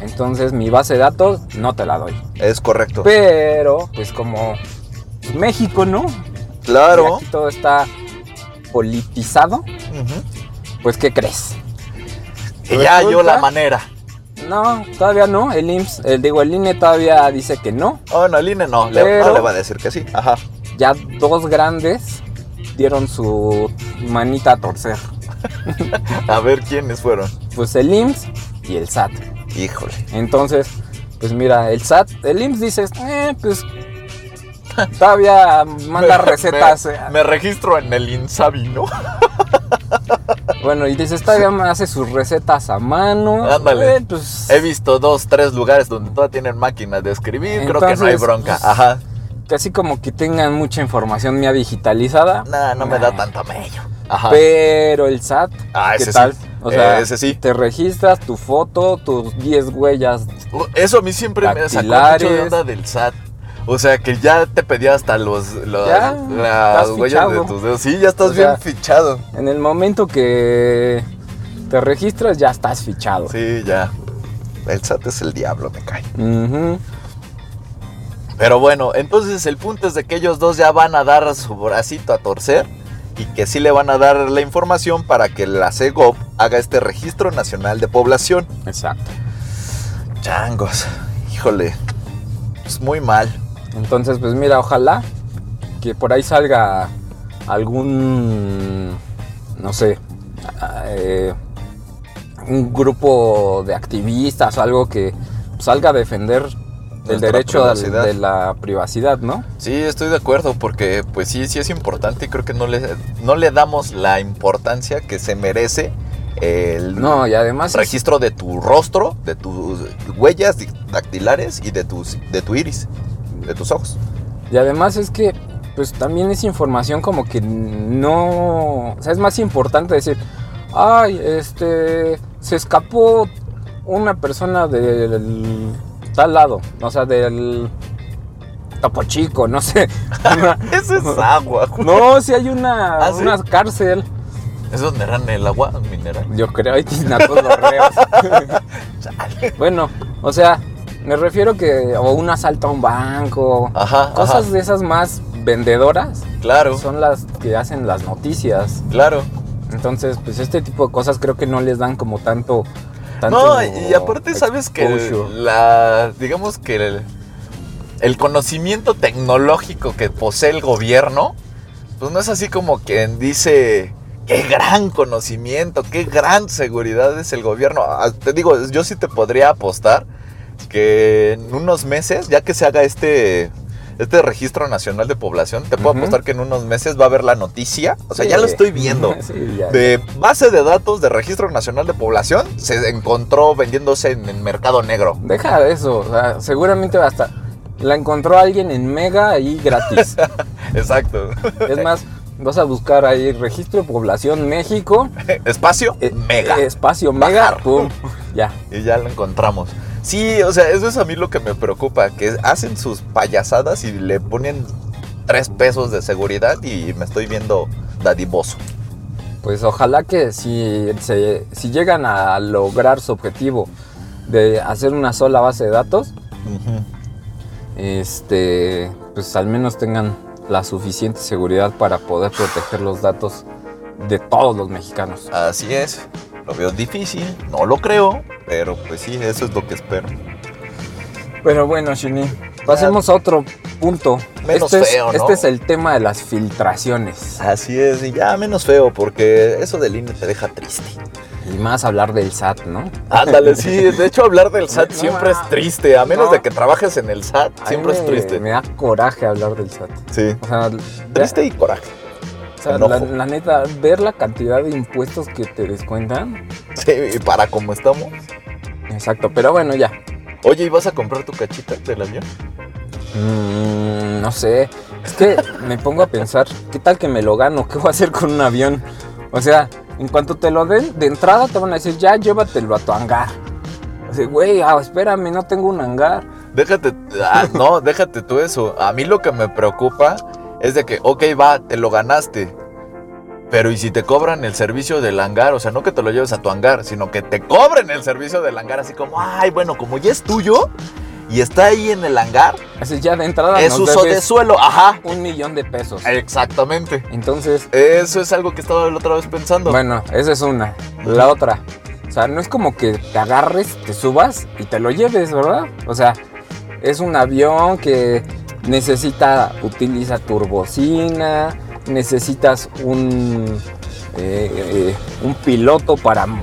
Speaker 1: entonces mi base de datos no te la doy.
Speaker 2: Es correcto.
Speaker 1: Pero, pues como México, ¿no?
Speaker 2: claro.
Speaker 1: Aquí todo está politizado,
Speaker 2: Ujú.
Speaker 1: pues ¿qué crees?
Speaker 2: Y ya yo
Speaker 1: Resulta-
Speaker 2: la manera.
Speaker 1: No, todavía no, el IMSS, el, digo, el INE todavía dice que no,
Speaker 2: Oh, no, el INE no. le-
Speaker 1: Pero-
Speaker 2: no le va a decir que sí. Ajá.
Speaker 1: ya dos grandes dieron su manita a torcer,
Speaker 2: A ver quiénes fueron.
Speaker 1: pues el IMSS y el SAT.
Speaker 2: Híjole.
Speaker 1: Entonces, pues mira, el SAT, el IMSS dices, eh, pues todavía manda
Speaker 2: Me-
Speaker 1: recetas. eh,
Speaker 2: Me, me registro en el Insabi, ¿no?
Speaker 1: Bueno, y dices, todavía me hace sus recetas a mano.
Speaker 2: Ándale.
Speaker 1: eh, pues,
Speaker 2: He visto dos, tres lugares donde todavía tienen máquinas de escribir. Creo que no hay
Speaker 1: Entonces,
Speaker 2: bronca.
Speaker 1: pues,
Speaker 2: Ajá.
Speaker 1: casi como que tengan mucha información mía digitalizada.
Speaker 2: Nah, no me da
Speaker 1: Nah.
Speaker 2: tanto mello. Ajá.
Speaker 1: Pero el SAT,
Speaker 2: Ah,
Speaker 1: ¿qué
Speaker 2: ese
Speaker 1: tal?
Speaker 2: sí.
Speaker 1: O sea,
Speaker 2: Ese sí.
Speaker 1: te registras tu foto, tus 10 huellas.
Speaker 2: Eso a mí siempre me sacó mucho de
Speaker 1: Dactilares.
Speaker 2: onda del SAT. O sea, que ya te pedía hasta los, los-
Speaker 1: Ya,
Speaker 2: las
Speaker 1: estás
Speaker 2: huellas de
Speaker 1: fichado.
Speaker 2: tus dedos. Sí, ya estás
Speaker 1: O sea,
Speaker 2: bien fichado.
Speaker 1: En el momento que te registras, ya estás fichado.
Speaker 2: Sí, ya. El SAT es el diablo, me cae.
Speaker 1: Ujú.
Speaker 2: Pero bueno, entonces el punto es de que ellos dos ya van a dar su bracito a torcer y que sí le van a dar la información para que la CEGOP haga este registro nacional de población.
Speaker 1: Exacto.
Speaker 2: Changos, híjole, es muy mal.
Speaker 1: Entonces, pues mira, ojalá que por ahí salga algún, no sé, a- eh, un grupo de activistas o algo que salga a defender el
Speaker 2: Nuestra
Speaker 1: derecho al-
Speaker 2: privacidad.
Speaker 1: de la privacidad, ¿no?
Speaker 2: Sí, estoy de acuerdo porque pues sí, sí es importante y creo que no le, no le damos la importancia que se merece el
Speaker 1: No, y además es-
Speaker 2: registro de tu rostro, de tus huellas dactilares y de, tus, de tu iris, de tus ojos.
Speaker 1: y además es que pues también es información como que no, o sea, es más importante decir, ay, este se escapó una persona del tal lado, o sea, del Topo Chico, no sé. Una-
Speaker 2: Eso es agua. güey.
Speaker 1: no, si hay una,
Speaker 2: ¿Ah, sí?
Speaker 1: una cárcel.
Speaker 2: ¿Es donde eran el agua mineral?
Speaker 1: Yo creo, ahí tienen a todos los reos. bueno, o sea, me refiero que o un asalto a un banco,
Speaker 2: Ajá,
Speaker 1: cosas
Speaker 2: Ah, ajá.
Speaker 1: de esas más vendedoras.
Speaker 2: Claro,
Speaker 1: son las que hacen las noticias.
Speaker 2: claro.
Speaker 1: Entonces, pues este tipo de cosas creo que no les dan como tanto. tanto
Speaker 2: No, y aparte sabes que
Speaker 1: exposure.
Speaker 2: la, digamos que el, el conocimiento tecnológico que posee el gobierno, pues no es así como quien dice, qué gran conocimiento, qué gran seguridad es el gobierno. Ah, Te digo, yo sí te podría apostar que en unos meses, ya que se haga este... Este registro nacional de población, te puedo
Speaker 1: Ujú.
Speaker 2: apostar que en unos meses va a haber la noticia. O sea,
Speaker 1: Sí.
Speaker 2: ya lo estoy viendo.
Speaker 1: Sí, ya.
Speaker 2: de base de datos de Registro Nacional de Población se encontró vendiéndose en el mercado negro.
Speaker 1: Deja de eso. o sea, seguramente hasta la encontró alguien en Mega ahí gratis.
Speaker 2: Exacto.
Speaker 1: es más, vas a buscar ahí registro de población México.
Speaker 2: Espacio
Speaker 1: eh,
Speaker 2: mega.
Speaker 1: eh, espacio Mega.
Speaker 2: Bajar.
Speaker 1: Pum. Ya.
Speaker 2: Y ya lo encontramos. Sí, o sea, eso es a mí lo que me preocupa, que hacen sus payasadas y le ponen tres pesos de seguridad y me estoy viendo dadivoso.
Speaker 1: Pues ojalá que si, se- si llegan a lograr su objetivo de hacer una sola base de datos, este, pues al menos tengan la suficiente seguridad para poder proteger los datos de todos los mexicanos.
Speaker 2: Así es. Lo veo difícil, no lo creo, pero pues sí, eso es lo que espero.
Speaker 1: Pero bueno, Shini, pasemos a otro punto.
Speaker 2: Menos
Speaker 1: este, es,
Speaker 2: feo, ¿no?
Speaker 1: este es el tema de las filtraciones.
Speaker 2: Así es, y ya menos feo, porque eso del INE te deja triste.
Speaker 1: Y más hablar del SAT, ¿no?
Speaker 2: Ándale, sí, de hecho hablar del SAT
Speaker 1: No,
Speaker 2: siempre
Speaker 1: no.
Speaker 2: es triste, a menos
Speaker 1: No.
Speaker 2: de que trabajes en el SAT,
Speaker 1: A
Speaker 2: siempre
Speaker 1: mí
Speaker 2: es
Speaker 1: me-
Speaker 2: triste.
Speaker 1: Me da coraje hablar del SAT.
Speaker 2: Sí,
Speaker 1: O sea, ya-
Speaker 2: triste y coraje.
Speaker 1: o sea,
Speaker 2: enojo.
Speaker 1: la, la neta, ver la cantidad de impuestos que te descuentan.
Speaker 2: Sí, y para cómo estamos.
Speaker 1: Exacto, pero bueno, ya.
Speaker 2: Oye, ¿y vas a comprar tu cachita del avión?
Speaker 1: Mm, no sé. Es que me pongo a pensar, ¿qué tal que me lo gano? ¿Qué voy a hacer con un avión? O sea, en cuanto te lo den, de entrada te van a decir, ya llévatelo a tu hangar. O sea, güey, ah, espérame, no tengo un hangar.
Speaker 2: Déjate, ah, no, déjate tú eso. A mí lo que me preocupa es de que, ok, va, te lo ganaste. Pero ¿y si te cobran el servicio del hangar? O sea, no que te lo lleves a tu hangar, sino que te cobren el servicio del hangar así como, ay, bueno, como ya es tuyo y está ahí en el hangar,
Speaker 1: Así ya de entrada
Speaker 2: es
Speaker 1: Ah, nos
Speaker 2: uso de
Speaker 1: debes
Speaker 2: suelo, ajá.
Speaker 1: un millón de pesos.
Speaker 2: Exactamente.
Speaker 1: Entonces,
Speaker 2: Eso es algo que estaba la otra vez pensando.
Speaker 1: bueno, esa es una. La otra. O sea, no es como que te agarres, te subas y te lo lleves, ¿verdad? O sea, es un avión que necesita, utiliza turbocina, necesitas un, eh, eh, un piloto para m-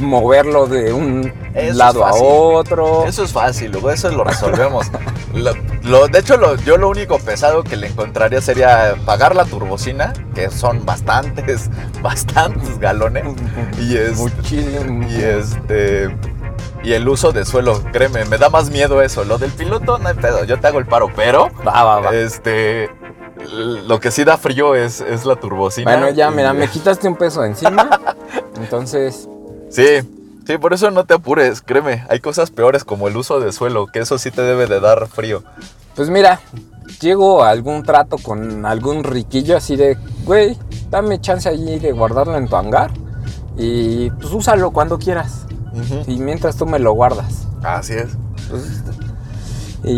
Speaker 1: moverlo de un
Speaker 2: Eso es
Speaker 1: lado a
Speaker 2: fácil.
Speaker 1: otro.
Speaker 2: Eso es fácil, luego eso lo resolvemos. Lo- lo- de hecho, lo- yo lo único pesado que le encontraría sería pagar la turbocina, que son bastantes, bastantes galones. Y es-
Speaker 1: Muchísimo.
Speaker 2: Y este. Y el uso de suelo, créeme, me da más miedo eso. Lo del piloto no hay pedo, yo te hago el paro, pero
Speaker 1: Va, Ah, va, va.
Speaker 2: este. l- Lo que sí da frío es, es la turbocina.
Speaker 1: Bueno, ya,
Speaker 2: Y-
Speaker 1: mira, me quitaste un peso de encima. Entonces,
Speaker 2: Sí, sí, por eso no te apures, créeme. Hay cosas peores como el uso de suelo, que eso sí te debe de dar frío.
Speaker 1: Pues mira, llego a algún trato con algún riquillo así de, güey, dame chance allí de guardarlo en tu hangar y pues úsalo cuando quieras. Y mientras tú me lo guardas.
Speaker 2: Así es.
Speaker 1: Pues, y,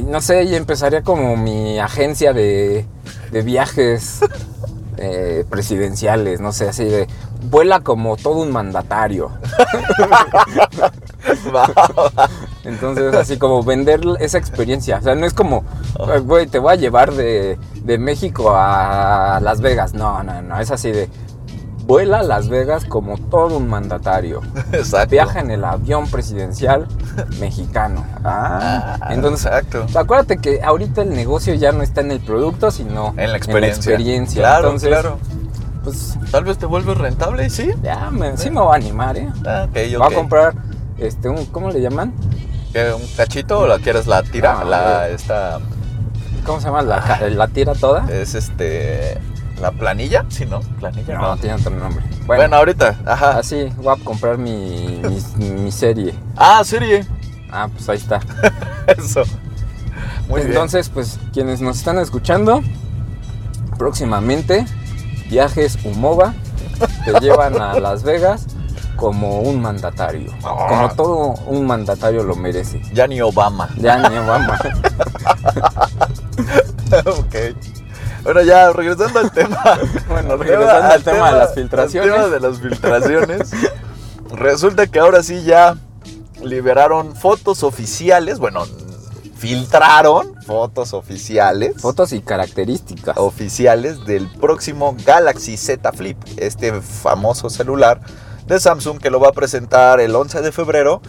Speaker 1: y no sé, y empezaría como mi agencia de, de viajes eh, presidenciales, no sé, así de, vuela como todo un mandatario. Entonces, así como vender esa experiencia. O sea, no es como, "Ay, güey, te voy a llevar de, de México a Las Vegas. No, no, no. Es así de, vuela a Las Vegas como todo un mandatario.
Speaker 2: Exacto.
Speaker 1: Viaja en el avión presidencial mexicano. Ah,
Speaker 2: Ah,
Speaker 1: entonces,
Speaker 2: Exacto.
Speaker 1: acuérdate que ahorita el negocio ya no está en el producto, sino
Speaker 2: En la experiencia.
Speaker 1: experiencia.
Speaker 2: Claro,
Speaker 1: entonces,
Speaker 2: claro.
Speaker 1: pues
Speaker 2: Tal vez te vuelves rentable, ¿sí?
Speaker 1: ya me, sí me va a animar, ¿eh?
Speaker 2: Ah, ok, ok.
Speaker 1: Va a comprar, este, un, ¿cómo le llaman?
Speaker 2: ¿Qué, ¿Un cachito o la quieres la tira?
Speaker 1: Ah,
Speaker 2: la,
Speaker 1: eh.
Speaker 2: esta,
Speaker 1: ¿Cómo se llama? La, ca- la tira toda.
Speaker 2: es este, la planilla, ¿sí, no? Planilla,
Speaker 1: No,
Speaker 2: no.
Speaker 1: tiene otro nombre.
Speaker 2: Bueno,
Speaker 1: Bueno,
Speaker 2: ahorita, ajá.
Speaker 1: así voy a comprar mi, mi, mi serie.
Speaker 2: Ah, serie.
Speaker 1: Ah, pues ahí está.
Speaker 2: Eso. Muy
Speaker 1: Entonces, pues quienes nos están escuchando, próximamente viajes Umova te llevan a Las Vegas como un mandatario.
Speaker 2: Ah.
Speaker 1: Como todo un mandatario lo merece.
Speaker 2: bien. Ya ni Obama.
Speaker 1: Ya ni Obama.
Speaker 2: ok. Bueno, ya regresando al tema.
Speaker 1: Bueno, regresando al tema de las filtraciones.
Speaker 2: Al tema de las filtraciones. resulta que ahora sí ya liberaron fotos oficiales. Bueno, filtraron fotos oficiales.
Speaker 1: Fotos y características.
Speaker 2: oficiales del próximo Galaxy Z Flip, este famoso celular de Samsung que lo va a presentar el 11 de febrero,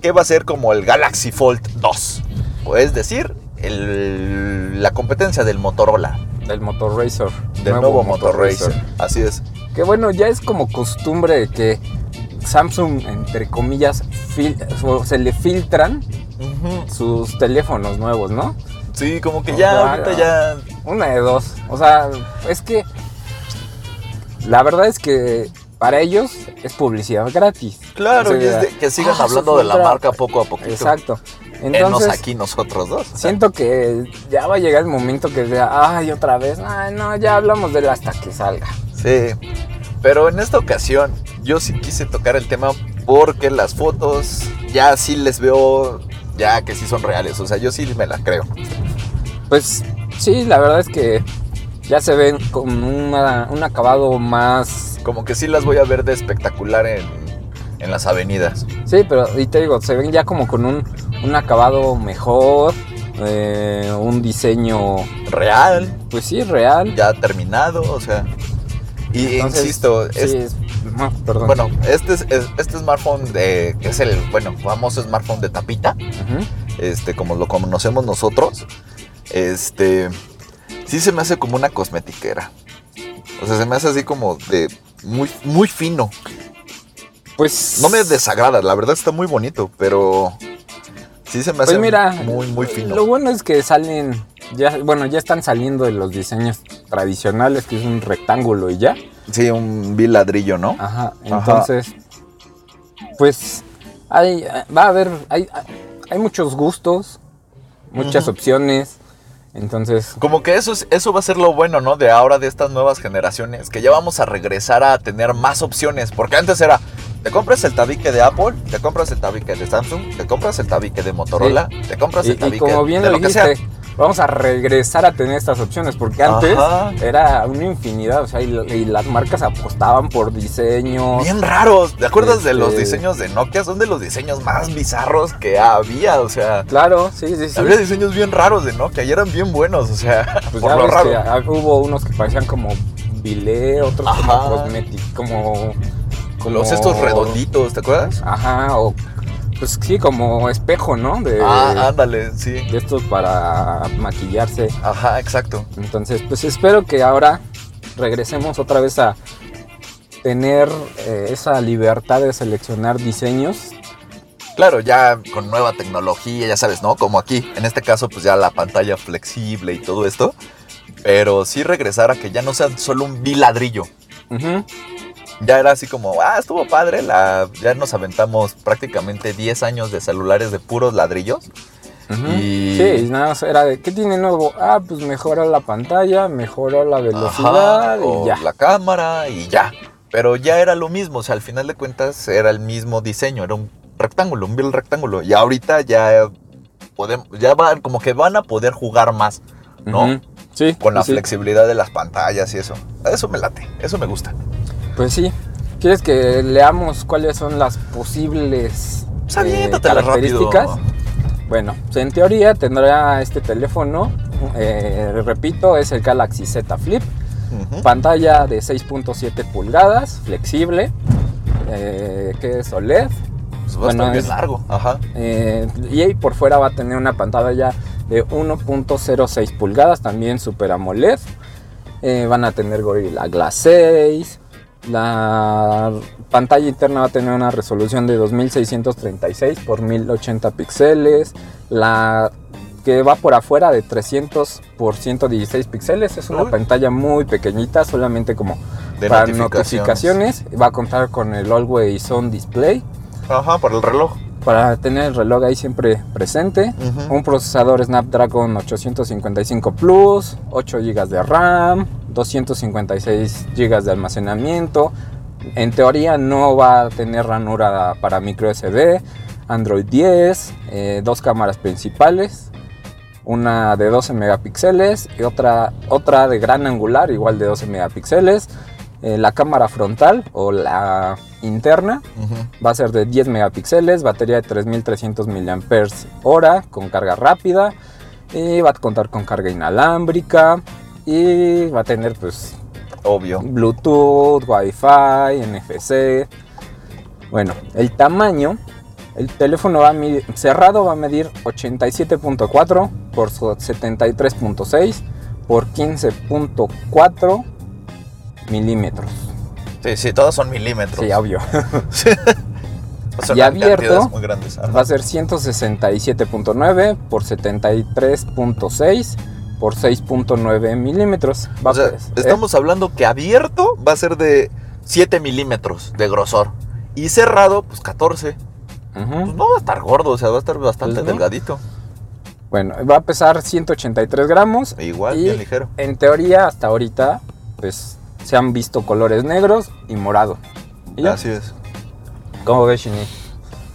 Speaker 2: que va a ser como el Galaxy Fold 2, o es decir, el- la competencia del Motorola,
Speaker 1: Del Motor Racer.
Speaker 2: del nuevo, Motor, Racer. Así es.
Speaker 1: Que bueno, ya es como costumbre que Samsung, entre comillas, fil- o se le filtran sus teléfonos nuevos, ¿no?
Speaker 2: Sí, como que Ah, ya
Speaker 1: Ojalá.
Speaker 2: ahorita ya
Speaker 1: Una de dos. O sea, es que la verdad es que para ellos es publicidad gratis.
Speaker 2: Claro,
Speaker 1: O sea,
Speaker 2: y es de- que sigan
Speaker 1: ah, se
Speaker 2: hablando de la
Speaker 1: filtra.
Speaker 2: marca poco a poquito.
Speaker 1: Exacto.
Speaker 2: Enos
Speaker 1: Entonces,
Speaker 2: aquí nosotros dos.
Speaker 1: siento que ya va a llegar el momento que sea, ay, otra vez, ay, no, ya hablamos de él hasta que salga.
Speaker 2: Sí, pero en esta ocasión yo sí quise tocar el tema porque las fotos ya sí les veo, ya que sí son reales, o sea, yo sí me las creo.
Speaker 1: Pues sí, la verdad es que ya se ven con una- un acabado más
Speaker 2: Como que sí las voy a ver de espectacular en, en las avenidas.
Speaker 1: Sí, pero y te digo, se ven ya como con un, un acabado mejor, eh, un diseño,
Speaker 2: Real,
Speaker 1: pues sí, real.
Speaker 2: ya terminado, o sea. Y
Speaker 1: Entonces,
Speaker 2: insisto,
Speaker 1: sí,
Speaker 2: es-
Speaker 1: es- no, perdón.
Speaker 2: bueno, este, es- es- este smartphone de, que es el bueno, famoso smartphone de tapita,
Speaker 1: Ujú.
Speaker 2: este, como lo conocemos nosotros, este, sí se me hace como una cosmetiquera. O sea, se me hace así como de muy, muy fino.
Speaker 1: Pues
Speaker 2: No me desagrada, la verdad está muy bonito, pero sí se me hace
Speaker 1: Pues mira,
Speaker 2: muy, muy fino.
Speaker 1: Lo bueno es que salen, ya, bueno, ya están saliendo de los diseños tradicionales, que es un rectángulo y ya.
Speaker 2: Sí, un vil ladrillo, ¿no?
Speaker 1: Ajá, entonces, pues hay, va a haber, hay, hay muchos gustos, muchas
Speaker 2: Ujú.
Speaker 1: opciones, entonces,
Speaker 2: Como que eso, es- eso va a ser lo bueno, ¿no? De ahora, de estas nuevas generaciones, que ya vamos a regresar a tener más opciones. Porque antes era, te compras el tabique de Apple, te compras el tabique de Samsung, te compras el tabique de Motorola, te compras
Speaker 1: y,
Speaker 2: el
Speaker 1: y
Speaker 2: tabique
Speaker 1: como bien
Speaker 2: de
Speaker 1: lo
Speaker 2: lo que sea.
Speaker 1: dijiste, vamos a regresar a tener estas opciones, porque antes
Speaker 2: Ajá.
Speaker 1: era una infinidad, o sea, y, y las marcas apostaban por diseños.
Speaker 2: Bien raros. ¿Te acuerdas de los
Speaker 1: Este-
Speaker 2: diseños de Nokia? Son de los diseños más bizarros que había, o sea.
Speaker 1: Claro, sí, sí, sí.
Speaker 2: Había diseños bien raros de Nokia y eran bien buenos, o sea,
Speaker 1: Pues
Speaker 2: por
Speaker 1: ya
Speaker 2: lo
Speaker 1: ves
Speaker 2: raro.
Speaker 1: que ah, hubo unos que parecían como bilé, otros
Speaker 2: Ajá.
Speaker 1: como cosméticos, como, como-
Speaker 2: Los estos redonditos, ¿te acuerdas?
Speaker 1: Ajá, o pues sí, como espejo, ¿no? De,
Speaker 2: ah, ándale, sí.
Speaker 1: de estos para maquillarse.
Speaker 2: Ajá, exacto.
Speaker 1: Entonces, pues espero que ahora regresemos otra vez a tener eh, esa libertad de seleccionar diseños.
Speaker 2: Claro, ya con nueva tecnología, ya sabes, ¿no? Como aquí, en este caso, pues ya la pantalla flexible y todo esto. Pero sí regresar a que ya no sea solo un biladrillo.
Speaker 1: Ujú.
Speaker 2: Ya era así como, ah, estuvo padre, la... ya nos aventamos prácticamente 10 años de celulares de puros ladrillos.
Speaker 1: Ujú.
Speaker 2: Y-
Speaker 1: Sí, y nada más era de, ¿qué tiene nuevo? Ah, pues mejora la pantalla, mejora la velocidad
Speaker 2: Ajá, o
Speaker 1: y ya.
Speaker 2: la cámara y ya. Pero ya era lo mismo, o sea, al final de cuentas era el mismo diseño, era un rectángulo, un vil rectángulo. Y ahorita ya podemos, ya van, como que van a poder jugar más, ¿no?
Speaker 1: Ujú. Sí. pues
Speaker 2: Con la
Speaker 1: sí, sí.
Speaker 2: flexibilidad de las pantallas y eso. Eso me late, eso me gusta.
Speaker 1: Pues sí. ¿Quieres que leamos cuáles son las posibles
Speaker 2: Pues
Speaker 1: eh,
Speaker 2: aviéntatela rápido.
Speaker 1: características? Bueno, pues, en teoría tendrá este teléfono, eh, repito, es el Galaxy Z Flip,
Speaker 2: Ujú.
Speaker 1: pantalla de 6.7 pulgadas, flexible, eh, que es OLED,
Speaker 2: Pues va a
Speaker 1: bueno,
Speaker 2: estar bien
Speaker 1: es-
Speaker 2: largo. Ajá.
Speaker 1: eh, y ahí por fuera va a tener una pantalla de 1.06 pulgadas, también Super AMOLED. Eh, van a tener Gorilla Glass 6. La pantalla interna va a tener una resolución de 2636 por 1080 píxeles. La que va por afuera de 300 por 116 píxeles. Es una
Speaker 2: Uy.
Speaker 1: pantalla muy pequeñita, solamente como
Speaker 2: De
Speaker 1: para
Speaker 2: notificaciones.
Speaker 1: notificaciones. Va a contar con el Always On Display
Speaker 2: Ajá, para el reloj.
Speaker 1: para tener el reloj ahí siempre presente.
Speaker 2: Ujú.
Speaker 1: Un procesador Snapdragon 855 Plus, 8 GB de RAM, 256 GB de almacenamiento. En teoría no va a tener ranura para micro SD, Android 10, eh, dos cámaras principales, una de 12 megapíxeles y otra, otra de gran angular, igual de 12 megapíxeles. Eh, la cámara frontal o la interna
Speaker 2: Ujú.
Speaker 1: Va a ser de 10 megapíxeles, batería de 3300 mAh con carga rápida y va a contar con carga inalámbrica y va a tener pues
Speaker 2: Obvio.
Speaker 1: Bluetooth, Wi-Fi, NFC. Bueno, el tamaño, el teléfono va a mi- cerrado va a medir 87.4 por su- 73.6 por 15.4 milímetros.
Speaker 2: Sí, sí, todos son milímetros.
Speaker 1: Sí, obvio.
Speaker 2: Son
Speaker 1: y abierto.
Speaker 2: cantidades muy grandes. Ajá.
Speaker 1: Va a ser 167.9 por 73.6 por 6.9 milímetros. Va pues, ¿eh?
Speaker 2: O sea,
Speaker 1: a ser-
Speaker 2: estamos hablando que abierto va a ser de 7 milímetros de grosor. Y cerrado, pues 14.
Speaker 1: ¿eh?
Speaker 2: Pues
Speaker 1: Ujú.
Speaker 2: no va a estar gordo, o sea, va a estar bastante
Speaker 1: Pues no.
Speaker 2: delgadito.
Speaker 1: Bueno, va a pesar 183 gramos.
Speaker 2: Igual,
Speaker 1: Y-
Speaker 2: bien ligero.
Speaker 1: En teoría, hasta ahorita, pues se han visto colores negros y morado. ¿Y ya?
Speaker 2: Así es.
Speaker 1: ¿Cómo ves, Shini?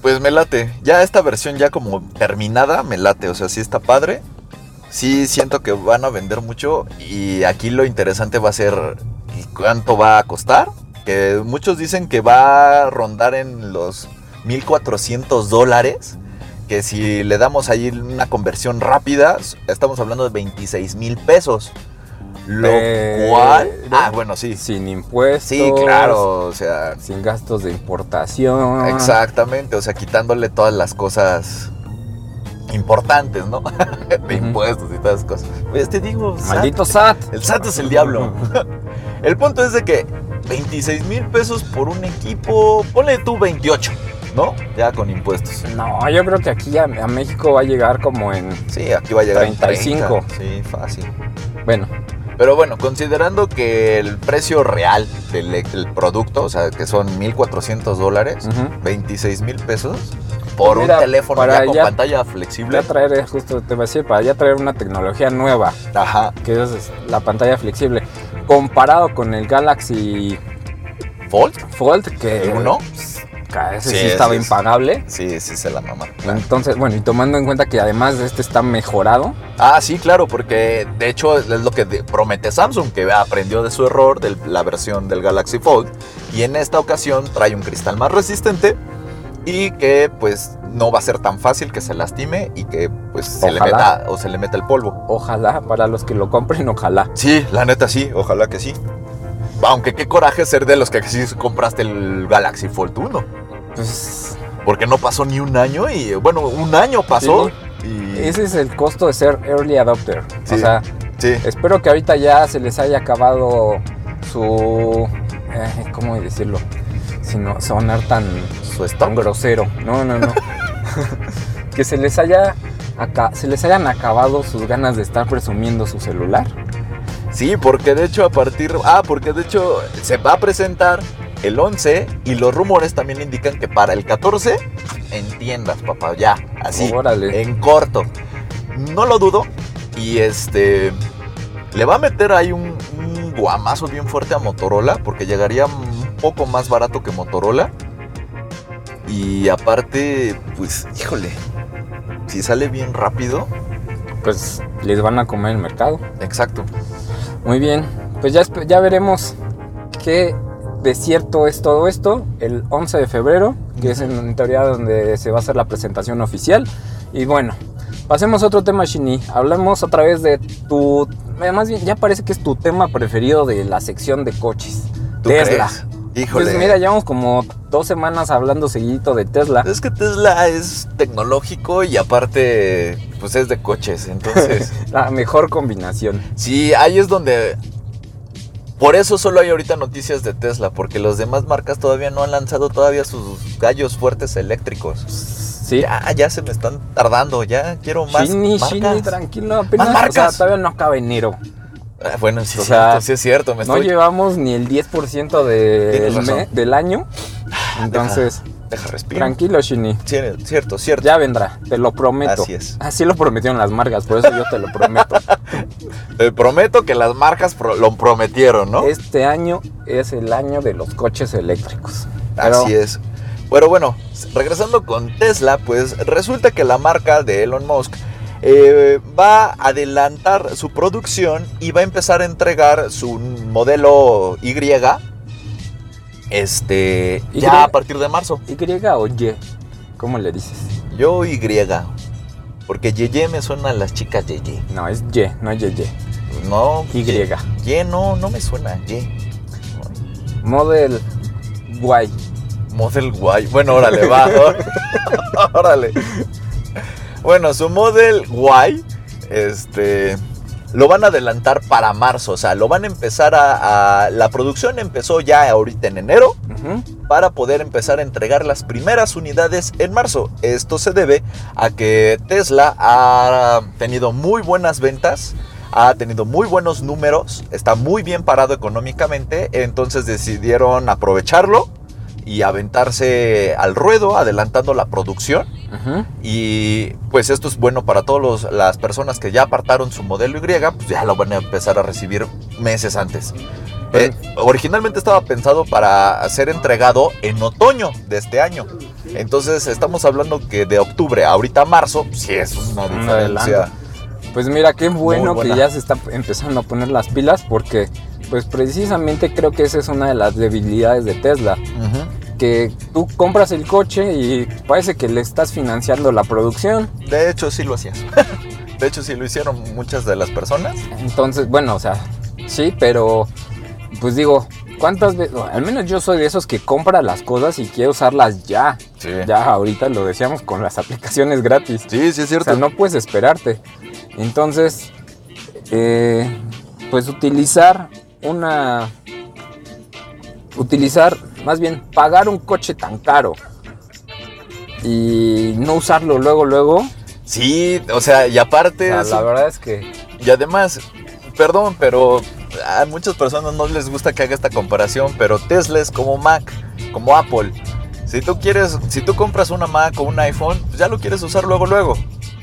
Speaker 2: Pues me late. Ya esta versión ya como terminada, me late. O sea, sí está padre. Sí siento que van a vender mucho. Y aquí lo interesante va a ser ¿y cuánto va a costar que muchos dicen que va a rondar en los 1.400 dólares, que si le damos ahí una conversión rápida, estamos hablando de 26 mil pesos. Lo
Speaker 1: Pero-
Speaker 2: cual... Ah, bueno, sí.
Speaker 1: Sin impuestos.
Speaker 2: Sí, claro, o sea...
Speaker 1: Sin gastos de importación.
Speaker 2: Exactamente, o sea, quitándole todas las cosas importantes, ¿no? De impuestos y todas esas cosas. Pues te digo, SAT,
Speaker 1: Maldito SAT.
Speaker 2: el SAT es el diablo. El punto es de que 26 mil pesos por un equipo, ponle tú 28, ¿no? Ya con impuestos.
Speaker 1: No, yo creo que aquí a, a México va a llegar como en.
Speaker 2: Sí, aquí va a llegar en
Speaker 1: 35.
Speaker 2: 30, sí, fácil.
Speaker 1: Bueno,
Speaker 2: Pero bueno, considerando que el precio real del, del producto, o sea, que son 1.400 dólares,
Speaker 1: Ujú. Pues
Speaker 2: 26 mil pesos por
Speaker 1: Mira,
Speaker 2: un teléfono
Speaker 1: para
Speaker 2: ya con
Speaker 1: ya-
Speaker 2: pantalla
Speaker 1: voy
Speaker 2: flexible.
Speaker 1: a traer, eh, justo te voy a decir, para ya traer una tecnología nueva,
Speaker 2: Ajá,
Speaker 1: que es la pantalla flexible. Comparado con el Galaxy
Speaker 2: Fold.
Speaker 1: Fold, que.
Speaker 2: ¿Uno?
Speaker 1: pues, ca- Ese sí,
Speaker 2: Sí,
Speaker 1: estaba
Speaker 2: ese es-
Speaker 1: impagable.
Speaker 2: Sí, sí, se la mamá.
Speaker 1: Entonces, bueno, y tomando en cuenta que además este está mejorado,
Speaker 2: Ah, sí, claro, porque de hecho es lo que de- promete Samsung, que aprendió de su error de la versión del Galaxy Fold y en esta ocasión trae un cristal más resistente y que pues no va a ser tan fácil que se lastime y que pues se le
Speaker 1: Ojalá.
Speaker 2: meta o se le meta el polvo.
Speaker 1: ojalá, para los que lo compren, ojalá.
Speaker 2: Sí, la neta sí, ojalá que sí. Aunque qué coraje ser de los que sí compraste el Galaxy Fold 1,
Speaker 1: Pues
Speaker 2: porque no pasó ni un año y bueno, un año pasó y
Speaker 1: ese es el costo de ser early adopter. O
Speaker 2: Sí.
Speaker 1: sea,
Speaker 2: sí.
Speaker 1: Espero que ahorita ya se les haya acabado su. eh, ¿Cómo decirlo? Sin no sonar tan,
Speaker 2: Su
Speaker 1: tan
Speaker 2: estómago.
Speaker 1: grosero. No, no, no. que se les haya. aca- se les hayan acabado sus ganas de estar presumiendo su celular.
Speaker 2: Sí, porque de hecho a partir... Ah, porque de hecho se va a presentar el 11 y los rumores también indican que para el 14 en tiendas, papá, ya, así,
Speaker 1: Órale.
Speaker 2: en corto. No lo dudo y este... Le va a meter ahí un, un guamazo bien fuerte a Motorola porque llegaría un poco más barato que Motorola. Y aparte, pues, híjole, si sale bien rápido,
Speaker 1: Pues les van a comer el mercado.
Speaker 2: exacto.
Speaker 1: Muy bien. Pues ya, esp- ya veremos qué de cierto es todo esto el 11 de febrero, que es en, en teoría donde se va a hacer la presentación oficial. Y bueno, pasemos a otro tema, Shini. Hablamos otra vez de tu. eh, Más bien, ya parece que es tu tema preferido de la sección de coches.
Speaker 2: ¿Tú
Speaker 1: Tesla.
Speaker 2: crees?
Speaker 1: Pues
Speaker 2: Híjole.
Speaker 1: mira, llevamos como dos semanas hablando seguidito de Tesla.
Speaker 2: Es que Tesla es tecnológico y aparte, pues es de coches. Entonces,
Speaker 1: La mejor combinación.
Speaker 2: sí, ahí es donde... Por eso solo hay ahorita noticias de Tesla, porque las demás marcas todavía no han lanzado todavía sus gallos fuertes eléctricos.
Speaker 1: Sí.
Speaker 2: Ya, ya se me están tardando, ya quiero más
Speaker 1: Shini, Shini,
Speaker 2: marcas.
Speaker 1: tranquilo, apenas.
Speaker 2: Más
Speaker 1: o sea,
Speaker 2: marcas.
Speaker 1: todavía no acaba enero.
Speaker 2: Ah, bueno, sí,
Speaker 1: O sea,
Speaker 2: sí es cierto, me
Speaker 1: No
Speaker 2: Pues estoy...
Speaker 1: llevamos ni el 10% de-
Speaker 2: Tienes
Speaker 1: del,
Speaker 2: razón. Ah,
Speaker 1: me- del año. Entonces,
Speaker 2: Deja respirar.
Speaker 1: tranquilo, Shini.
Speaker 2: Cierto, cierto.
Speaker 1: Ya vendrá, te lo prometo.
Speaker 2: Así es.
Speaker 1: Así lo prometieron las marcas, por eso yo te lo prometo.
Speaker 2: Te prometo que las marcas pro- lo prometieron, ¿no?
Speaker 1: Este año es el año de los coches eléctricos. Pero
Speaker 2: Así es. Pero bueno, regresando con Tesla, pues resulta que la marca de Elon Musk eh, va a adelantar su producción y va a empezar a entregar su modelo Y. Este,
Speaker 1: Y.
Speaker 2: ya a partir de marzo.
Speaker 1: ¿Y o Y? ¿Cómo le dices?
Speaker 2: Yo Y. Porque Yeye me suena a las chicas Yeye.
Speaker 1: No, es Y, no Y, Y.
Speaker 2: No.
Speaker 1: Y.
Speaker 2: Ye no, no me suena. Ye.
Speaker 1: Model Guay.
Speaker 2: Model Y. Bueno, órale, va. órale. Bueno, su Model Y, este, lo van a adelantar para marzo. O sea, lo van a empezar a, a- La producción empezó ya ahorita en enero
Speaker 1: Ujú.
Speaker 2: para poder empezar a entregar las primeras unidades en marzo. Esto se debe a que Tesla ha tenido muy buenas ventas, ha tenido muy buenos números, está muy bien parado económicamente, entonces decidieron aprovecharlo y aventarse al ruedo adelantando la producción.
Speaker 1: Ujú.
Speaker 2: Y pues esto es bueno para todas las personas que ya apartaron su modelo Y, pues ya lo van a empezar a recibir meses antes. Eh, originalmente estaba pensado para ser entregado en otoño de este año. Entonces estamos hablando que de octubre a ahorita a marzo, pues, sí es una
Speaker 1: Un
Speaker 2: diferencia.
Speaker 1: adelanto. Pues mira, qué bueno que
Speaker 2: buena.
Speaker 1: ya se está empezando a poner las pilas porque pues precisamente creo que esa es una de las debilidades de Tesla.
Speaker 2: Ujú.
Speaker 1: Que tú compras el coche y parece que le estás financiando la producción.
Speaker 2: De hecho, sí lo hacías. De hecho, sí lo hicieron muchas de las personas.
Speaker 1: Entonces, bueno, o sea, sí, pero pues digo, ¿cuántas veces? Al menos yo soy de esos que compra las cosas y quiere usarlas ya.
Speaker 2: Sí.
Speaker 1: Ya ahorita lo decíamos con las aplicaciones gratis.
Speaker 2: Sí, sí es
Speaker 1: O
Speaker 2: cierto.
Speaker 1: sea, no puedes esperarte. Entonces, eh, pues utilizar una... Utilizar, más bien, pagar un coche tan caro y no usarlo luego, luego. o
Speaker 2: Sí, o sea, y aparte,
Speaker 1: sea,
Speaker 2: sí,
Speaker 1: la verdad es que...
Speaker 2: y además, perdón, pero a muchas personas no les gusta que haga esta comparación, pero Tesla es como Mac, como Apple. Si tú quieres, si tú compras una Mac o un iPhone, pues ya lo quieres usar luego, luego,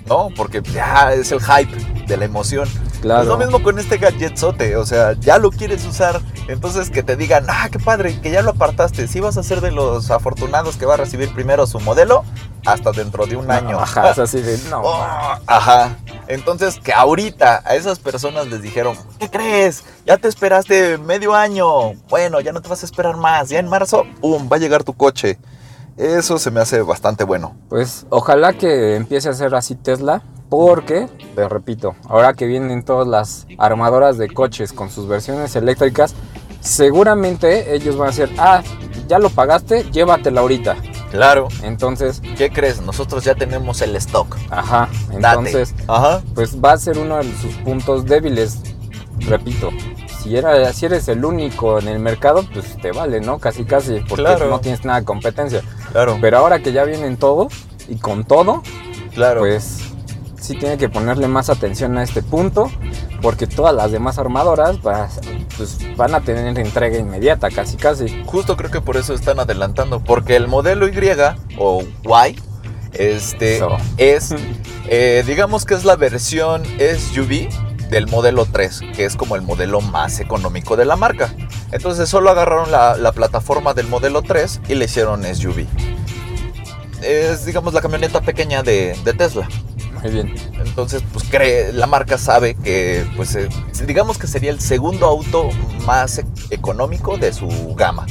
Speaker 2: ¿no? Porque ya es el hype de la emoción.
Speaker 1: Claro.
Speaker 2: Es lo mismo con este gadgetzote, o sea, ya lo quieres usar, entonces que te digan, ah, qué padre, que ya lo apartaste, si vas a ser de los afortunados que va a recibir primero su modelo, hasta dentro de un año.
Speaker 1: Ajá, es así de... No,
Speaker 2: Oh, ajá. Entonces, que ahorita a esas personas les dijeron, ¿qué crees? Ya te esperaste medio año. Bueno, ya no te vas a esperar más. Ya en marzo, ¡pum! Va a llegar tu coche. Eso se me hace bastante bueno.
Speaker 1: Pues ojalá que empiece a ser así Tesla, porque, te repito, ahora que vienen todas las armadoras de coches con sus versiones eléctricas, seguramente ellos van a decir, ah, ya lo pagaste, llévatela ahorita.
Speaker 2: Claro.
Speaker 1: Entonces,
Speaker 2: ¿Qué crees? Nosotros ya tenemos el stock.
Speaker 1: ajá,
Speaker 2: Date.
Speaker 1: entonces,
Speaker 2: Ajá.
Speaker 1: pues va a ser uno de sus puntos débiles, repito. Si, era, si eres el único en el mercado, pues te vale, ¿no? Casi, casi, porque
Speaker 2: Claro.
Speaker 1: no tienes nada de competencia.
Speaker 2: Claro.
Speaker 1: Pero ahora que ya vienen todos y con todo,
Speaker 2: claro.
Speaker 1: pues sí tiene que ponerle más atención a este punto porque todas las demás armadoras va- pues, van a tener entrega inmediata casi casi
Speaker 2: Justo creo que por eso están adelantando. Porque el modelo Y o Y este,
Speaker 1: So.
Speaker 2: es, eh, digamos que es la versión SUV del modelo 3, que es como el modelo más económico de la marca. Entonces solo agarraron la, la plataforma del modelo 3 y le hicieron SUV. Es, digamos, la camioneta pequeña de, de Tesla.
Speaker 1: muy bien
Speaker 2: Entonces, pues cree, la marca sabe que, pues, eh, digamos que sería el segundo auto más e- económico de su gama.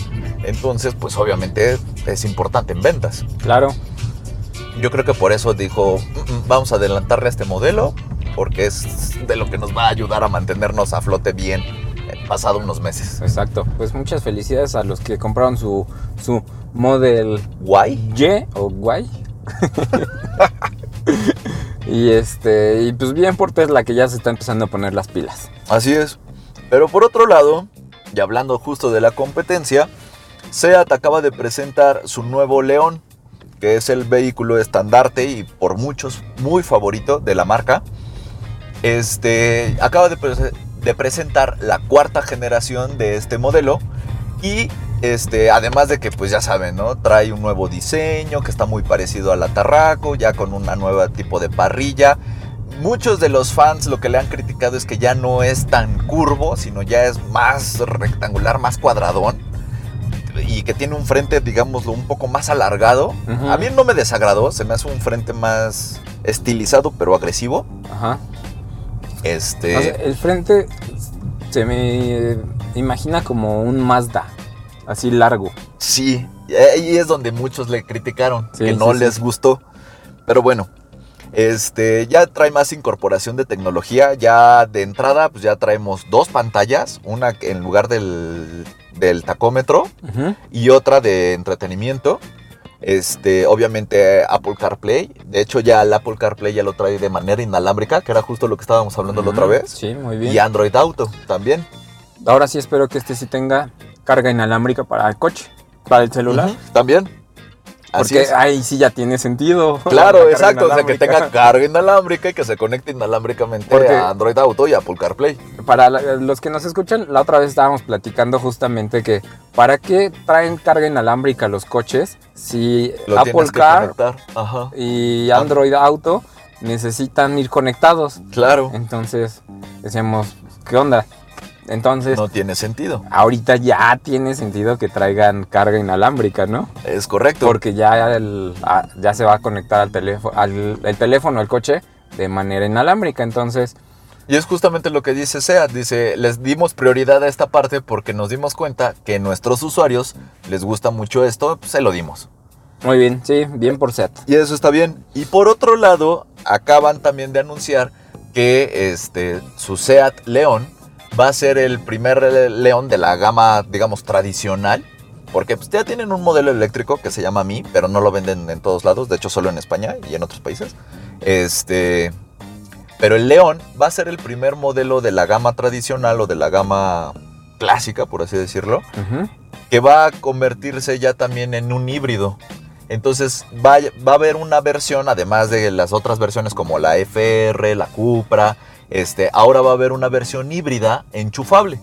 Speaker 2: Entonces, pues obviamente es importante en ventas.
Speaker 1: claro
Speaker 2: Yo creo que por eso dijo, "Mm, mm, vamos a adelantarle a este modelo, porque es de lo que nos va a ayudar a mantenernos a flote bien eh, pasado unos meses.
Speaker 1: exacto pues muchas felicidades a los que compraron su su model
Speaker 2: Guay.
Speaker 1: Y o Guay y este y pues bien por Tesla que ya se está empezando a poner las pilas
Speaker 2: Así es. Pero por otro lado, y hablando justo de la competencia, SEAT acaba de presentar su nuevo León, que es el vehículo estandarte y por muchos muy favorito de la marca. Este, acaba de, prese- de presentar la cuarta generación de este modelo y este, además de que pues ya saben, ¿no? Trae un nuevo diseño que está muy parecido al Atarraco, ya con una nueva tipo de parrilla. Muchos de los fans lo que le han criticado es que ya no es tan curvo, sino ya es más rectangular, más cuadradón. Y que tiene un frente, digámoslo, un poco más alargado.
Speaker 1: Ujú.
Speaker 2: A mí no me desagradó, se me hace un frente más estilizado pero agresivo.
Speaker 1: ajá
Speaker 2: Este.
Speaker 1: O sea, el frente se me eh, imagina como un Mazda así largo
Speaker 2: Sí, y ahí es donde muchos le criticaron,
Speaker 1: Sí,
Speaker 2: que no
Speaker 1: sí,
Speaker 2: les
Speaker 1: sí.
Speaker 2: gustó. Pero bueno, este, ya trae más incorporación de tecnología. Ya de entrada, pues ya traemos dos pantallas, una en lugar del, del tacómetro
Speaker 1: Ujú.
Speaker 2: y otra de entretenimiento. Este, obviamente Apple CarPlay. De hecho, ya el Apple CarPlay ya lo trae de manera inalámbrica, que era justo lo que estábamos hablando la otra
Speaker 1: Ujú,
Speaker 2: vez.
Speaker 1: Sí, muy bien.
Speaker 2: Y Android Auto también.
Speaker 1: Ahora sí espero que este sí tenga carga inalámbrica para el coche, para el celular.
Speaker 2: Ujú, También. Así
Speaker 1: Porque
Speaker 2: es.
Speaker 1: ahí sí ya tiene sentido. La
Speaker 2: Claro,
Speaker 1: Pues, carga
Speaker 2: exacto. O sea, que
Speaker 1: inalámbrica.
Speaker 2: tenga carga inalámbrica y que se conecte inalámbricamente
Speaker 1: Porque-
Speaker 2: a Android Auto y Apple CarPlay.
Speaker 1: Para la- los que nos escuchan, la otra vez estábamos platicando justamente que para qué traen carga inalámbrica los coches si
Speaker 2: Lo
Speaker 1: Apple
Speaker 2: tienes que Ah.
Speaker 1: Car
Speaker 2: conectar. Ajá.
Speaker 1: y Android Auto necesitan ir conectados.
Speaker 2: Claro.
Speaker 1: Entonces, decíamos, ¿qué onda? Entonces,
Speaker 2: No tiene sentido.
Speaker 1: ahorita ya tiene sentido que traigan carga inalámbrica, ¿no?
Speaker 2: Es correcto.
Speaker 1: Porque ya, el- a- ya se va a conectar al teléfono, al el teléfono, al coche de manera inalámbrica. Entonces,
Speaker 2: Y es justamente lo que dice SEAT. Dice, les dimos prioridad a esta parte porque nos dimos cuenta que nuestros usuarios les gusta mucho esto, pues se lo dimos.
Speaker 1: Muy bien, sí, bien por SEAT.
Speaker 2: Y eso está bien. Y por otro lado, acaban también de anunciar que este, su SEAT León va a ser el primer eh, León de la gama, digamos, tradicional. Porque pues, ya tienen un modelo eléctrico que se llama Mi, pero no lo venden en todos lados, de hecho solo en España y en otros países. Este, pero el León va a ser el primer modelo de la gama tradicional o de la gama clásica, por así decirlo,
Speaker 1: Ujú.
Speaker 2: que va a convertirse ya también en un híbrido. Entonces va, va a haber una versión, además de las otras versiones como la FR, la Cupra, este, ahora va a haber una versión híbrida enchufable.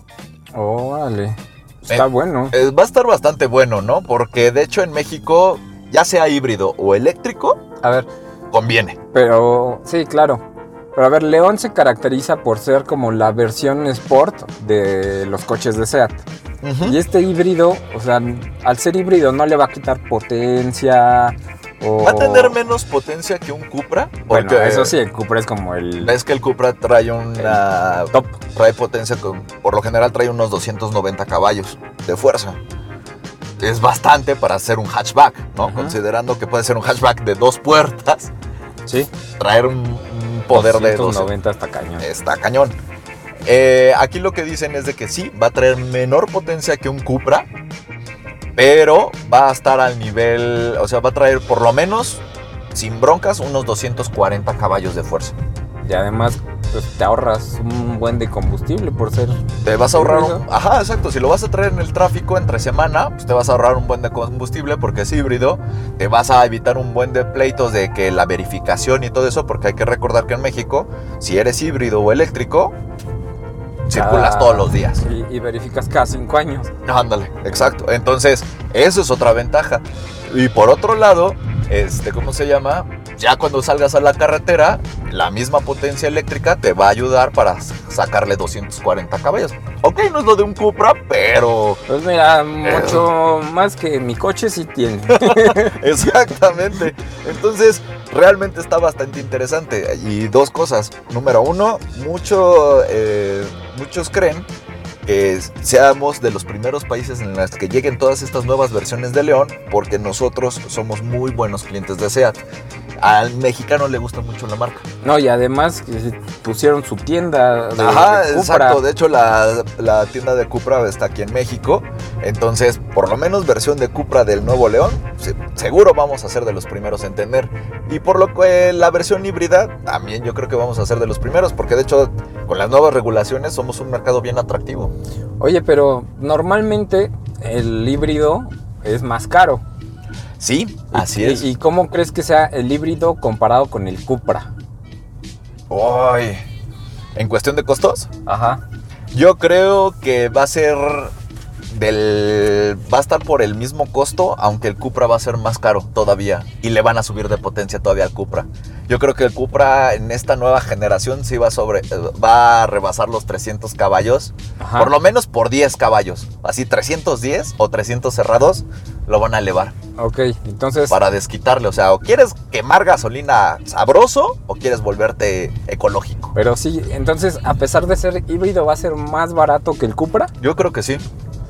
Speaker 1: Órale. Está
Speaker 2: Eh,
Speaker 1: bueno.
Speaker 2: Eh, va a estar bastante bueno, ¿no? Porque de hecho en México, ya sea híbrido o eléctrico,
Speaker 1: A ver,
Speaker 2: conviene.
Speaker 1: pero sí, claro. Pero a ver, León se caracteriza por ser como la versión sport de los coches de SEAT.
Speaker 2: Ujú.
Speaker 1: Y este híbrido, o sea, al ser híbrido no le va a quitar potencia o...
Speaker 2: Va a tener menos potencia que un Cupra.
Speaker 1: Bueno,
Speaker 2: porque-
Speaker 1: eso sí, el Cupra es como el
Speaker 2: Es que el Cupra trae una.
Speaker 1: top.
Speaker 2: Trae potencia, con- por lo general trae unos 290 caballos de fuerza. Es bastante para hacer un hatchback, ¿no?
Speaker 1: Ajá.
Speaker 2: Considerando que puede ser un hatchback de dos puertas,
Speaker 1: Sí.
Speaker 2: traer un, un poder de
Speaker 1: 290
Speaker 2: 290
Speaker 1: hasta cañón.
Speaker 2: está cañón. Eh, aquí lo que dicen es de que sí, va a traer menor potencia que un Cupra, pero va a estar al nivel, o sea, va a traer por lo menos, sin broncas, unos 240 caballos de fuerza.
Speaker 1: Y además pues, te ahorras un buen de combustible por ser...
Speaker 2: Te vas a ahorrar.
Speaker 1: ¿Híbrido?
Speaker 2: un- Ajá, exacto. Si lo vas a traer en el tráfico entre semana, pues te vas a ahorrar un buen de combustible porque es híbrido. Te vas a evitar un buen de pleitos de que la verificación y todo eso, porque hay que recordar que en México, si eres híbrido o eléctrico, circulas
Speaker 1: cada-
Speaker 2: todos los días.
Speaker 1: Y, y verificas cada cinco años.
Speaker 2: Ándale, exacto. Entonces, eso es otra ventaja. Y por otro lado, este, ¿cómo se llama? Ya cuando salgas a la carretera, la misma potencia eléctrica te va a ayudar para s- sacarle 240 caballos. Ok, no es lo de un Cupra, pero
Speaker 1: Pues mira, mucho
Speaker 2: Eh.
Speaker 1: más que mi coche sí tiene.
Speaker 2: exactamente. Entonces, realmente está bastante interesante. Y dos cosas. Número uno, mucho, eh, muchos creen que seamos de los primeros países en los que lleguen todas estas nuevas versiones de León, porque nosotros somos muy buenos clientes de SEAT. Al mexicano le gusta mucho la marca.
Speaker 1: No, y además que pusieron su tienda de,
Speaker 2: Ajá,
Speaker 1: de Cupra.
Speaker 2: exacto. De hecho, la, la tienda de Cupra está aquí en México. Entonces, por lo menos versión de Cupra del Nuevo León, se- seguro vamos a ser de los primeros en tener. Y por lo que la versión híbrida, también yo creo que vamos a ser de los primeros, porque de hecho, con las nuevas regulaciones somos un mercado bien atractivo.
Speaker 1: Oye, pero normalmente el híbrido es más caro.
Speaker 2: Sí,
Speaker 1: ¿Y-
Speaker 2: así
Speaker 1: y-
Speaker 2: es.
Speaker 1: ¿Y cómo crees que sea el híbrido comparado con el Cupra?
Speaker 2: Ay, en cuestión de costos,
Speaker 1: Ajá.
Speaker 2: yo creo que va a ser del va a estar por el mismo costo, aunque el Cupra va a ser más caro todavía y le van a subir de potencia todavía al Cupra. Yo creo que el Cupra en esta nueva generación sí va sobre eh, va a rebasar los 300 caballos,
Speaker 1: Ajá.
Speaker 2: por lo menos por 10 caballos, así 310 o 300 cerrados lo van a elevar
Speaker 1: Ok, entonces,
Speaker 2: para desquitarle, o sea, o quieres quemar gasolina sabroso o quieres volverte ecológico.
Speaker 1: pero sí, entonces a pesar de ser híbrido va a ser más barato que el Cupra.
Speaker 2: Yo creo que sí.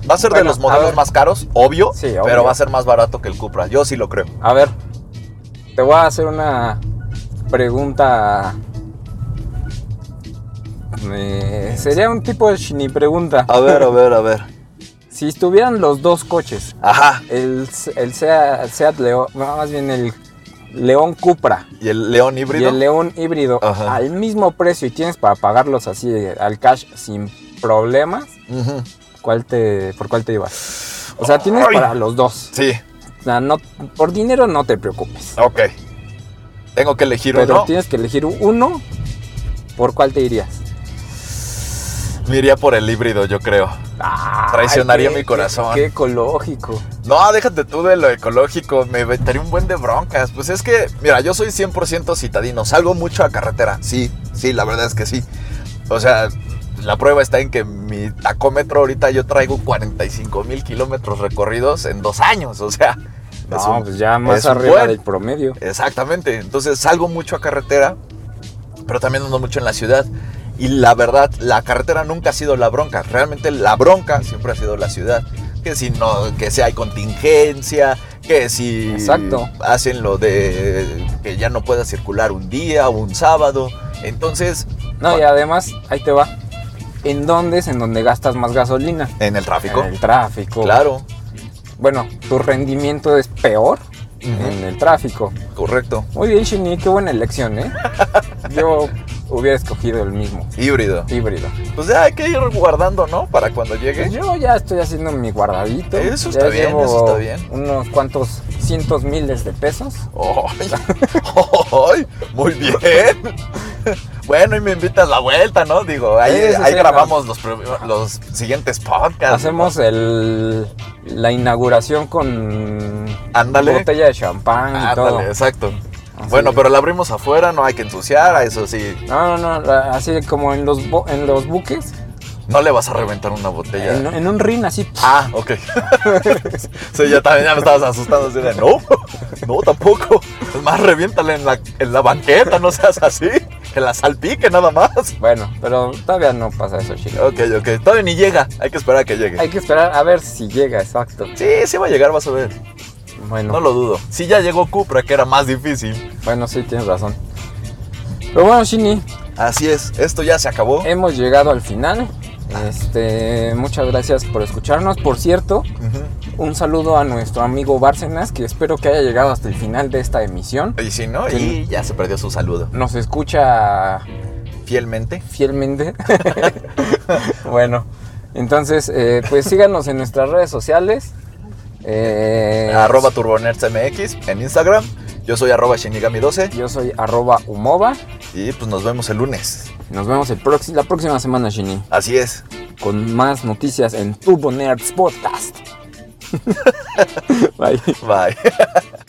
Speaker 2: Va a ser
Speaker 1: Bueno,
Speaker 2: de los
Speaker 1: a
Speaker 2: modelos
Speaker 1: ver.
Speaker 2: más caros, obvio,
Speaker 1: Sí, obvio.
Speaker 2: pero va a ser más barato que el Cupra. Yo sí lo creo.
Speaker 1: A ver, te voy a hacer una pregunta. Eh, sería un tipo de shini pregunta.
Speaker 2: A ver, a ver, a ver.
Speaker 1: Si estuvieran los dos coches,
Speaker 2: Ajá.
Speaker 1: el, el Sea- el Seat León, no, más bien el León Cupra
Speaker 2: ¿Y el León
Speaker 1: y
Speaker 2: híbrido?
Speaker 1: el León híbrido
Speaker 2: Ajá.
Speaker 1: al mismo precio y tienes para pagarlos así eh, al cash sin problemas,
Speaker 2: Ujú.
Speaker 1: ¿cuál te, ¿por cuál te ibas? O sea, tienes
Speaker 2: Ay.
Speaker 1: para los dos.
Speaker 2: Sí,
Speaker 1: O sea, no, por dinero no te preocupes.
Speaker 2: ok. Tengo que elegir
Speaker 1: Pero
Speaker 2: uno.
Speaker 1: tienes que elegir uno, ¿por cuál te irías?
Speaker 2: Me iría por el híbrido, yo creo. Traicionaría
Speaker 1: Ah, qué-
Speaker 2: mi corazón.
Speaker 1: Qué, qué ecológico.
Speaker 2: No, déjate tú de lo ecológico. Me inventaría un buen de broncas. Pues es que, mira, yo soy 100% citadino. Salgo mucho a carretera. Sí, sí, la verdad es que sí. O sea, la prueba está en que mi tacómetro ahorita yo traigo 45 mil kilómetros recorridos en dos años. O sea,
Speaker 1: No,
Speaker 2: es un-
Speaker 1: pues ya más
Speaker 2: es un
Speaker 1: arriba
Speaker 2: buen.
Speaker 1: del promedio.
Speaker 2: Exactamente. Entonces salgo mucho a carretera, pero también ando mucho en la ciudad. Y la verdad, la carretera nunca ha sido la bronca. Realmente la bronca siempre ha sido la ciudad. Que si no, que si hay contingencia, que si
Speaker 1: Exacto.
Speaker 2: hacen lo de que ya no pueda circular un día o un sábado. Entonces,
Speaker 1: No, y
Speaker 2: bueno,
Speaker 1: además, ahí te va. ¿En dónde es en donde gastas más gasolina?
Speaker 2: en el tráfico.
Speaker 1: En el tráfico.
Speaker 2: Claro,
Speaker 1: Bueno, tu rendimiento es peor
Speaker 2: Ujú.
Speaker 1: en el tráfico.
Speaker 2: correcto.
Speaker 1: Muy bien, Shini, qué buena elección, ¿eh? Yo hubiera escogido el mismo,
Speaker 2: Híbrido.
Speaker 1: híbrido.
Speaker 2: Pues ya hay que ir guardando, ¿no? Para cuando llegue.
Speaker 1: Pues yo ya estoy haciendo mi guardadito.
Speaker 2: Eso
Speaker 1: Ya
Speaker 2: está bien,
Speaker 1: llevo
Speaker 2: eso está bien.
Speaker 1: Unos cuantos cientos miles de pesos.
Speaker 2: ¡Ay! ¡Ay! Muy bien. Bueno, y me invitas la vuelta, ¿no? Digo, ahí,
Speaker 1: Eso
Speaker 2: ahí
Speaker 1: sí,
Speaker 2: grabamos los, pre- los siguientes podcasts.
Speaker 1: Hacemos el, la inauguración con
Speaker 2: Ándale.
Speaker 1: botella de champán y todo.
Speaker 2: Ándale, exacto.
Speaker 1: Así
Speaker 2: bueno,
Speaker 1: es.
Speaker 2: pero la abrimos afuera, no hay que ensuciar, a eso sí.
Speaker 1: No, no, no, la- así como en los, bo- en los buques,
Speaker 2: No le vas a reventar una botella.
Speaker 1: en, en un rin así.
Speaker 2: Ah, ok. sí, ya también ya me estabas asustando así de no, no tampoco. Es más, reviéntale en la, en la banqueta, no seas así. Que la salpique nada más.
Speaker 1: Bueno, pero todavía no pasa eso, chicos.
Speaker 2: Ok, ok. Todavía ni llega. Hay que esperar a que llegue.
Speaker 1: Hay que esperar a ver si llega, exacto.
Speaker 2: Sí, sí va a llegar, vas a ver.
Speaker 1: Bueno,
Speaker 2: No lo dudo. Sí ya llegó Cupra, que era más difícil.
Speaker 1: bueno, sí, tienes razón. Pero bueno, Shini,
Speaker 2: Así es, esto ya se acabó.
Speaker 1: hemos llegado al final. Este, muchas gracias por escucharnos. Por cierto,
Speaker 2: Ujú.
Speaker 1: un saludo a nuestro amigo Bárcenas, que espero que haya llegado hasta el final de esta emisión.
Speaker 2: Y si no,
Speaker 1: Sí.
Speaker 2: y ya se perdió su saludo.
Speaker 1: Nos escucha
Speaker 2: Fielmente.
Speaker 1: fielmente. bueno, entonces, eh, pues síganos en nuestras redes sociales. Eh,
Speaker 2: Arroba TurboNerdsMX en Instagram. Yo soy arroba Shinigami12.
Speaker 1: Yo soy arroba Umova.
Speaker 2: Y pues nos vemos el lunes.
Speaker 1: Nos vemos el próxi- la próxima semana, Shini,
Speaker 2: Así es.
Speaker 1: con más noticias en Tubo Nerds Podcast. Bye.
Speaker 2: Bye.